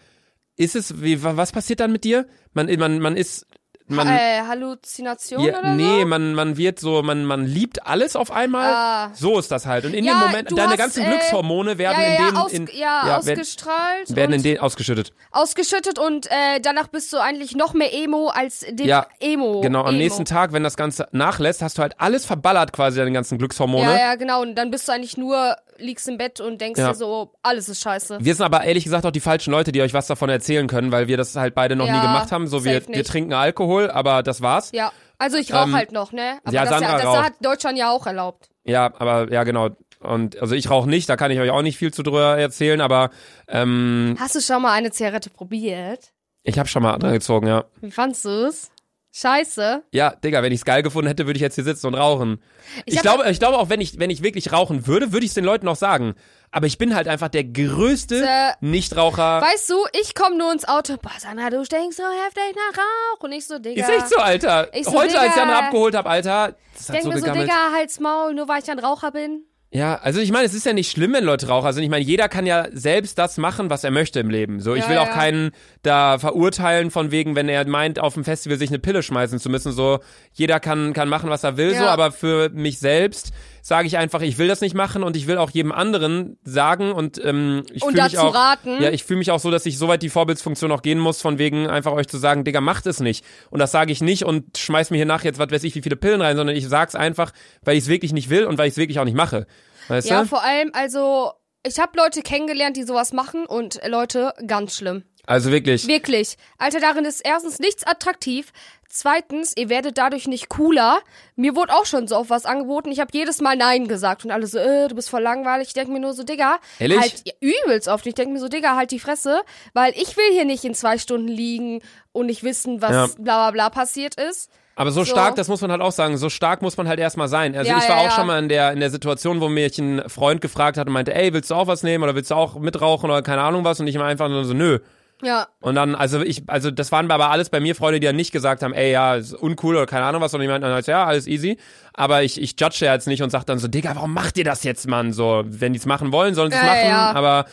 Speaker 2: ist es, wie, wa- was passiert dann mit dir? Man, man, man ist, man,
Speaker 1: äh, Halluzination
Speaker 2: ja,
Speaker 1: oder so?
Speaker 2: nee, man, man wird so, man, man liebt alles auf einmal.
Speaker 1: Ah.
Speaker 2: So ist das halt. Und in
Speaker 1: Ja,
Speaker 2: dem Moment,
Speaker 1: du
Speaker 2: deine
Speaker 1: hast,
Speaker 2: ganzen
Speaker 1: äh,
Speaker 2: Glückshormone werden
Speaker 1: ja, ja, ja, aus,
Speaker 2: in dem, in,
Speaker 1: ja,
Speaker 2: werden,
Speaker 1: ausgestrahlt.
Speaker 2: werden in
Speaker 1: und,
Speaker 2: den ausgeschüttet.
Speaker 1: ausgeschüttet und äh, danach bist du eigentlich noch mehr Emo als den
Speaker 2: Ja,
Speaker 1: Emo.
Speaker 2: Genau, am
Speaker 1: Emo.
Speaker 2: nächsten Tag, wenn das Ganze nachlässt, hast du halt alles verballert quasi, deine ganzen Glückshormone.
Speaker 1: Ja, ja, genau. Und dann bist du eigentlich nur, liegst im Bett und denkst
Speaker 2: ne? Ja.
Speaker 1: dir so, alles ist scheiße.
Speaker 2: Wir sind aber ehrlich gesagt auch die falschen Leute, die euch was davon erzählen können, weil wir das halt beide noch nie
Speaker 1: Ja,
Speaker 2: gemacht haben. So, wir,
Speaker 1: safe nicht.
Speaker 2: wir trinken Alkohol, aber das war's.
Speaker 1: Ja. Also ich rauche
Speaker 2: Ähm,
Speaker 1: halt noch, ne? Aber
Speaker 2: ja,
Speaker 1: das,
Speaker 2: Sandra
Speaker 1: das
Speaker 2: raucht.
Speaker 1: hat Deutschland ja auch erlaubt.
Speaker 2: Ja, aber ja, genau. Und also ich rauche nicht, da kann ich euch auch nicht viel zu drüber erzählen, aber ähm,
Speaker 1: Hast du schon mal eine Zigarette probiert?
Speaker 2: ich habe schon mal dran gezogen, ja.
Speaker 1: Wie fandst du's? Scheiße.
Speaker 2: Ja, Digga, wenn ich's geil gefunden hätte, würde ich jetzt hier sitzen und rauchen. Ich,
Speaker 1: hab-
Speaker 2: glaube, ich glaube auch, wenn ich, wenn ich wirklich rauchen würde, würde ich den Leuten auch sagen. Aber ich bin halt einfach der größte
Speaker 1: Äh,
Speaker 2: Nichtraucher.
Speaker 1: Weißt du, ich komme nur ins Auto, boah, Sandra, du stinkst so heftig nach Rauch. Und ich so, Digga.
Speaker 2: Ist echt so, Alter.
Speaker 1: Ich so,
Speaker 2: Heute, als ich
Speaker 1: Digga.
Speaker 2: Sandra abgeholt hab, Alter, das hat
Speaker 1: Denk
Speaker 2: so
Speaker 1: mir so,
Speaker 2: gegammelt.
Speaker 1: Digga, halt's Maul, nur weil ich ein Raucher bin.
Speaker 2: Ja, also ich meine, es ist ja nicht schlimm, wenn Leute rauchen. Also ich meine, jeder kann ja selbst das machen, was er möchte im Leben. So, ich
Speaker 1: Ja,
Speaker 2: will
Speaker 1: ja.
Speaker 2: auch keinen da verurteilen von wegen, wenn er meint, auf dem Festival sich eine Pille schmeißen zu müssen. So, jeder kann kann machen, was er will. So,
Speaker 1: Ja.
Speaker 2: aber für mich selbst sage ich einfach, ich will das nicht machen und ich will auch jedem anderen sagen und ähm, ich
Speaker 1: Und
Speaker 2: fühle mich
Speaker 1: dazu
Speaker 2: auch.
Speaker 1: raten.
Speaker 2: Ja, ich fühle mich auch so, dass ich soweit die Vorbildsfunktion auch gehen muss, von wegen einfach euch zu sagen, Digga, macht es nicht. Und das sage ich nicht und schmeiß mir hier nach jetzt, was weiß ich, wie viele Pillen rein, sondern ich sag's einfach, weil ich es wirklich nicht will und weil ich es wirklich auch nicht mache. Weißt
Speaker 1: Ja,
Speaker 2: du?
Speaker 1: vor allem, also, ich habe Leute kennengelernt, die sowas machen und äh, Leute, ganz schlimm.
Speaker 2: Also wirklich.
Speaker 1: Wirklich. Alter, darin ist erstens nichts attraktiv. Zweitens, ihr werdet dadurch nicht cooler. Mir wurde auch schon so oft was angeboten. Ich habe jedes Mal Nein gesagt und alle so, äh, du bist voll langweilig. Ich denk mir nur so, Digga,
Speaker 2: Ehrlich?
Speaker 1: halt ja, übelst oft. Ich denk mir so, Digga, halt die Fresse, weil ich will hier nicht in zwei Stunden liegen und nicht wissen, was
Speaker 2: Ja.
Speaker 1: bla bla bla passiert ist.
Speaker 2: Aber so,
Speaker 1: So.
Speaker 2: stark, das muss man halt auch sagen, so stark muss man halt erstmal sein. Also
Speaker 1: Ja,
Speaker 2: ich war
Speaker 1: ja,
Speaker 2: auch
Speaker 1: ja.
Speaker 2: schon mal in der, in der Situation, wo mich ein Freund gefragt hat und meinte, ey, willst du auch was nehmen oder willst du auch mitrauchen oder keine Ahnung was? Und ich immer einfach nur so, nö.
Speaker 1: Ja.
Speaker 2: Und dann, also ich, also das waren aber alles bei mir Freunde, die dann nicht gesagt haben, ey, ja, ist uncool oder keine Ahnung was, sondern die meinten dann halt, ja, alles easy. Aber ich, ich judge ja jetzt nicht und sag dann so, Digga, warum macht ihr das jetzt, Mann? So, wenn die es machen wollen, sollen sie es
Speaker 1: Ja,
Speaker 2: machen,
Speaker 1: ja.
Speaker 2: aber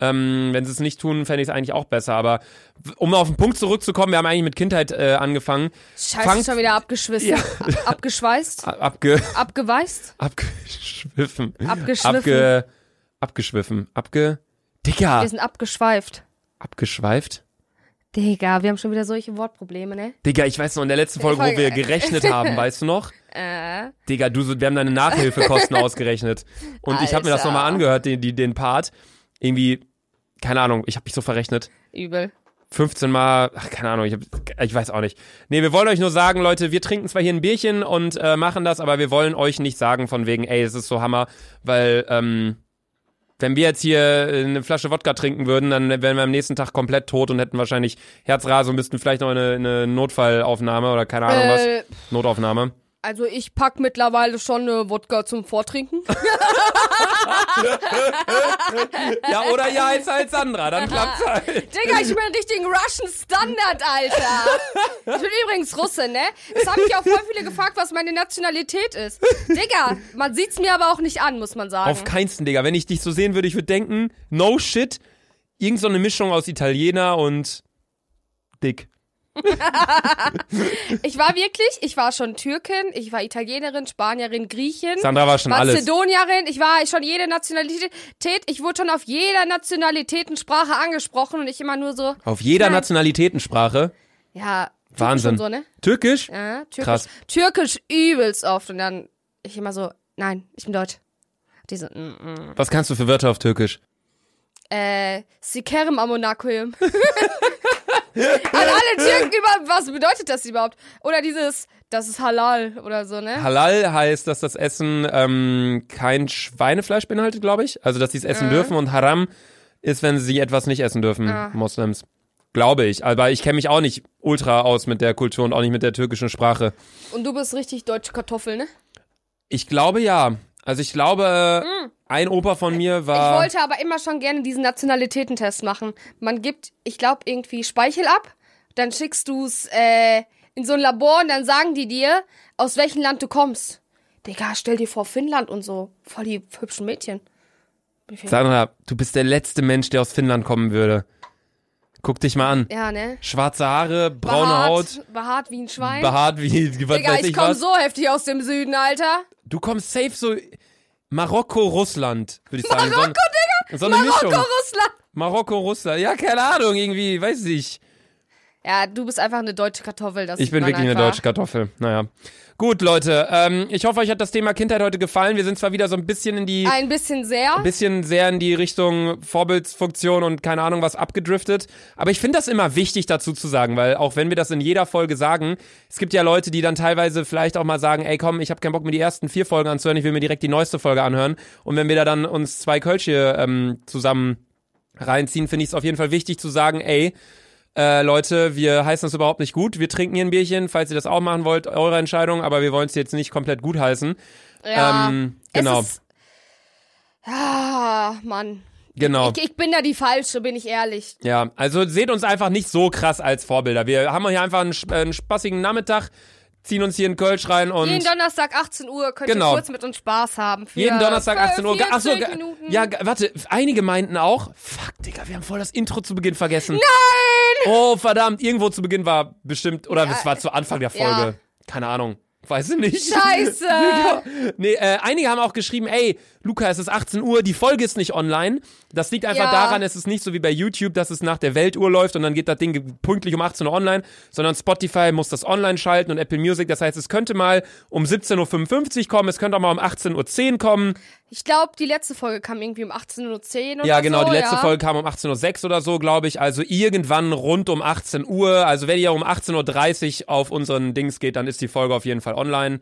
Speaker 2: ähm, wenn sie es nicht tun, fände ich es eigentlich auch besser. Aber w- um auf den Punkt zurückzukommen, wir haben eigentlich mit Kindheit äh, angefangen.
Speaker 1: Scheiße,
Speaker 2: Fangt-
Speaker 1: schon wieder abgeschwissen.
Speaker 2: Ja.
Speaker 1: Ab- Abgeschweißt?
Speaker 2: A- Abge
Speaker 1: Abgeweißt?
Speaker 2: Abgeschwiffen.
Speaker 1: Abgeschwiffen.
Speaker 2: Abge abgeschwiffen. Abge. Digga.
Speaker 1: Wir sind abgeschweift.
Speaker 2: Abgeschweift.
Speaker 1: Digga, wir haben schon wieder solche Wortprobleme, ne?
Speaker 2: Digga, ich weiß noch, in der letzten Folge,
Speaker 1: Folge,
Speaker 2: wo wir
Speaker 1: äh.
Speaker 2: gerechnet haben, weißt du noch?
Speaker 1: Äh.
Speaker 2: Digga, du, so- wir haben deine Nachhilfekosten ausgerechnet. Und ich habe mir das
Speaker 1: Alter.
Speaker 2: nochmal angehört, den, die- den Part. Irgendwie, keine Ahnung, ich habe mich so verrechnet.
Speaker 1: Übel.
Speaker 2: 15 Mal, ach, keine Ahnung, ich, hab, ich weiß auch nicht. Nee, wir wollen euch nur sagen, Leute, wir trinken zwar hier ein Bierchen und äh, machen das, aber wir wollen euch nicht sagen von wegen, ey, es ist so Hammer, weil ähm, wenn wir jetzt hier äh, eine Flasche Wodka trinken würden, dann wären wir am nächsten Tag komplett tot und hätten wahrscheinlich Herzrasen und müssten vielleicht noch eine, eine Notfallaufnahme oder keine Ahnung
Speaker 1: Äh,
Speaker 2: was, Notaufnahme.
Speaker 1: Also ich pack mittlerweile schon äh, Wodka zum Vortrinken.
Speaker 2: Ja, oder ihr heißt halt Sandra, dann klappt's halt.
Speaker 1: Digga, ich bin einen richtigen Russian Standard, Alter. Ich bin übrigens Russe, ne? Es haben mich auch voll viele gefragt, was meine Nationalität ist. Digga, man sieht's mir aber auch nicht an, muss man sagen.
Speaker 2: Auf keinsten, Digga. Wenn ich dich so sehen würde, ich würde denken, no shit, irgend so eine Mischung aus Italiener und dick.
Speaker 1: Ich war wirklich, ich war schon Türkin, ich war Italienerin, Spanierin, Griechin.
Speaker 2: Sandra war schon alles.
Speaker 1: Mazedonierin, ich war schon jede Nationalität, ich wurde schon auf jeder Nationalitätensprache angesprochen und ich immer nur so,
Speaker 2: Auf jeder
Speaker 1: Nein.
Speaker 2: Nationalitätensprache.
Speaker 1: ja, Türkisch
Speaker 2: Wahnsinn.
Speaker 1: und so, ne?
Speaker 2: Türkisch?
Speaker 1: Ja, Türkisch,
Speaker 2: Krass.
Speaker 1: Türkisch übelst oft und dann ich immer so, nein, ich bin deutsch. Die so, mm, mm.
Speaker 2: Was kannst du für Wörter auf Türkisch?
Speaker 1: Äh, Sikerim Amonakoyim. An alle Türken über, was bedeutet das überhaupt? Oder dieses, das ist halal oder so, ne?
Speaker 2: Halal heißt, dass das Essen ähm, kein Schweinefleisch beinhaltet, glaube ich. Also, dass sie es essen dürfen. Und Haram ist, wenn sie etwas nicht essen dürfen,
Speaker 1: Äh. Ah.
Speaker 2: Moslems. Glaube ich. Aber ich kenne mich auch nicht ultra aus mit der Kultur und auch nicht mit der türkischen Sprache.
Speaker 1: Und du bist richtig deutsche Kartoffel, ne?
Speaker 2: Ich glaube ja. Also, ich glaube, ein Opa von mir war.
Speaker 1: Hm. Ich wollte aber immer schon gerne diesen Nationalitätentest machen. Man gibt, ich glaube, irgendwie Speichel ab, dann schickst du's äh, in so ein Labor und dann sagen die dir, aus welchem Land du kommst. Digga, stell dir vor, Finnland und so. Voll die hübschen Mädchen.
Speaker 2: Sandra, du bist der letzte Mensch, der aus Finnland kommen würde. Guck dich mal an.
Speaker 1: Ja, ne?
Speaker 2: Schwarze Haare, braune
Speaker 1: behaart,
Speaker 2: Haut,
Speaker 1: Behaart wie ein Schwein.
Speaker 2: behaart wie, was
Speaker 1: Digga,
Speaker 2: weiß
Speaker 1: ich
Speaker 2: ich
Speaker 1: komm
Speaker 2: was.
Speaker 1: so heftig aus dem Süden, Alter.
Speaker 2: Du kommst safe so Marokko, Russland, würde ich sagen. so,
Speaker 1: Marokko,
Speaker 2: ein- so eine
Speaker 1: Marokko,
Speaker 2: Mischung.
Speaker 1: Russland.
Speaker 2: Marokko, Russland. Ja, keine Ahnung, irgendwie, weiß ich.
Speaker 1: Ja, du bist einfach eine deutsche Kartoffel. Das
Speaker 2: Ich
Speaker 1: sieht
Speaker 2: bin
Speaker 1: man
Speaker 2: wirklich
Speaker 1: einfach.
Speaker 2: eine deutsche Kartoffel. Naja. Gut, Leute. Ähm, ich hoffe, euch hat das Thema Kindheit heute gefallen. Wir sind zwar wieder so ein bisschen in die.
Speaker 1: Ein bisschen sehr.
Speaker 2: bisschen sehr in die Richtung Vorbildsfunktion und keine Ahnung was abgedriftet. Aber ich finde das immer wichtig dazu zu sagen, weil auch wenn wir das in jeder Folge sagen, es gibt ja Leute, die dann teilweise vielleicht auch mal sagen, ey komm, ich habe keinen Bock mir die ersten vier Folgen anzuhören, ich will mir direkt die neueste Folge anhören. Und wenn wir da dann uns zwei Kölsch hier ähm, zusammen reinziehen, finde ich es auf jeden Fall wichtig zu sagen, ey, äh, Leute, wir heißen das überhaupt nicht gut. Wir trinken hier ein Bierchen, falls ihr das auch machen wollt, eure Entscheidung, aber wir wollen es jetzt nicht komplett gut heißen.
Speaker 1: ja.
Speaker 2: ähm, genau.
Speaker 1: Es ist, ah, Mann.
Speaker 2: Genau.
Speaker 1: Ich, ich bin da die Falsche, bin ich ehrlich.
Speaker 2: Ja, also seht uns einfach nicht so krass als Vorbilder. Wir haben hier einfach einen, sp- äh, einen spaßigen Nachmittag, ziehen uns hier in Kölsch rein und
Speaker 1: Jeden Donnerstag 18 Uhr könnt
Speaker 2: Genau.
Speaker 1: ihr kurz mit uns Spaß haben. Für
Speaker 2: jeden Donnerstag 18 Uhr.
Speaker 1: 40
Speaker 2: Achso,
Speaker 1: Minuten.
Speaker 2: ja, ge- warte, einige meinten auch, fuck, Digga, wir haben voll das Intro zu Beginn vergessen.
Speaker 1: Nein!
Speaker 2: Oh, verdammt, irgendwo zu Beginn war bestimmt, oder es war zu Anfang der
Speaker 1: Ja.
Speaker 2: Folge. Keine Ahnung. Weiß ich nicht.
Speaker 1: Scheiße!
Speaker 2: Nee, äh, einige haben auch geschrieben, ey, Luca, es ist 18 Uhr, die Folge ist nicht online. Das liegt einfach
Speaker 1: Ja.
Speaker 2: daran, es ist nicht so wie bei YouTube, dass es nach der Weltuhr läuft und dann geht das Ding pünktlich um 18 Uhr online, sondern Spotify muss das online schalten und Apple Music. Das heißt, es könnte mal um 17.55 Uhr kommen, es könnte auch mal um 18.10 Uhr kommen.
Speaker 1: Ich glaube, die letzte Folge kam irgendwie um 18.10 Uhr oder
Speaker 2: Ja, genau,
Speaker 1: so,
Speaker 2: die letzte
Speaker 1: ja.
Speaker 2: Folge kam um 18.06 Uhr oder so, glaube ich. Also irgendwann rund um 18 Uhr. Also wenn ihr um 18.30 Uhr auf unseren Dings geht, dann ist die Folge auf jeden Fall online.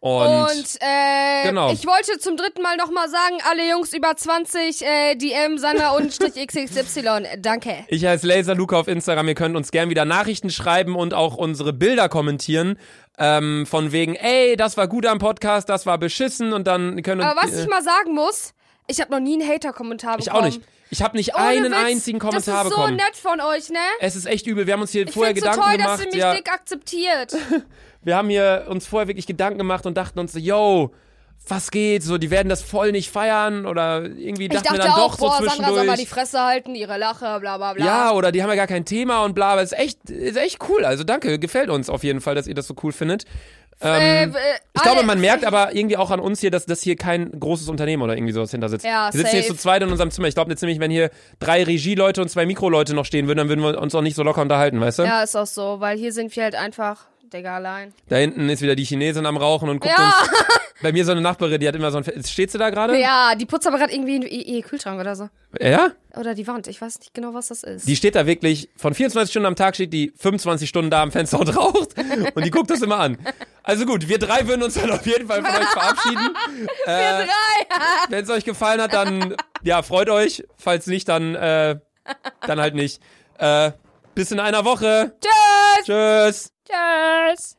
Speaker 2: Und,
Speaker 1: Und äh,
Speaker 2: Genau.
Speaker 1: ich wollte zum dritten Mal nochmal sagen, alle Jungs über 20, äh, DM, Sandra und XXY. Äh, Danke.
Speaker 2: Ich heiße Laser Luca auf Instagram. Ihr könnt uns gern wieder Nachrichten schreiben und auch unsere Bilder kommentieren. Ähm, von wegen, ey, das war gut am Podcast, das war beschissen und dann können
Speaker 1: Aber was
Speaker 2: äh,
Speaker 1: ich mal sagen muss, ich habe noch nie einen Hater-Kommentar bekommen.
Speaker 2: ich auch nicht. Ich habe nicht
Speaker 1: Ohne
Speaker 2: einen
Speaker 1: Witz,
Speaker 2: einzigen Kommentar
Speaker 1: Das ist so
Speaker 2: bekommen.
Speaker 1: nett von euch, ne?
Speaker 2: Es ist echt übel. Wir haben uns hier
Speaker 1: Ich
Speaker 2: vorher
Speaker 1: finde so
Speaker 2: Gedanken
Speaker 1: toll,
Speaker 2: gemacht.
Speaker 1: dass ihr mich
Speaker 2: ja.
Speaker 1: dick akzeptiert.
Speaker 2: wir haben hier uns vorher wirklich Gedanken gemacht und dachten uns so, yo, was geht? So, die werden das voll nicht feiern oder irgendwie
Speaker 1: Ich
Speaker 2: dachten
Speaker 1: dachte
Speaker 2: wir dann
Speaker 1: auch,
Speaker 2: doch
Speaker 1: boah,
Speaker 2: so
Speaker 1: Sandra soll mal die
Speaker 2: zwischendurch.
Speaker 1: Fresse halten, ihre Lache, bla bla bla.
Speaker 2: Ja, oder die haben ja gar kein Thema und bla, aber ist echt, ist echt cool. Also danke, gefällt uns auf jeden Fall, dass ihr das so cool findet.
Speaker 1: äh, äh,
Speaker 2: ähm, Ich
Speaker 1: alle-
Speaker 2: glaube, man merkt aber irgendwie auch an uns hier, dass das hier kein großes Unternehmen oder irgendwie sowas hinter sitzt.
Speaker 1: Ja,
Speaker 2: wir sitzen hier
Speaker 1: safe.
Speaker 2: zu zweit in unserem Zimmer. Ich glaube jetzt nämlich, wenn hier drei Regieleute und zwei Mikroleute noch stehen würden, dann würden wir uns auch nicht so locker unterhalten, weißt du?
Speaker 1: Ja, ist auch so, weil hier sind wir halt einfach, Digga, allein.
Speaker 2: Da hinten ist wieder die Chinesin am Rauchen und guckt
Speaker 1: Ja.
Speaker 2: uns. Bei mir so eine Nachbarin, die hat immer so ein. Fe- Steht sie da gerade?
Speaker 1: Ja, die putzt aber gerade irgendwie in ihr ihr Kühlschrank oder so.
Speaker 2: ja?
Speaker 1: Oder die Wand, ich weiß nicht genau, was das ist.
Speaker 2: Die steht da wirklich, von 24 Stunden am Tag steht die 25 Stunden da am Fenster und raucht. Und die guckt das immer an. Also gut, wir drei würden uns dann auf jeden Fall von euch verabschieden.
Speaker 1: Wir drei!
Speaker 2: Wenn es euch gefallen hat, dann ja, freut euch. Falls nicht, dann, äh, dann halt nicht. Äh, bis in einer Woche.
Speaker 1: Tschüss!
Speaker 2: Tschüss.
Speaker 1: Tschüss!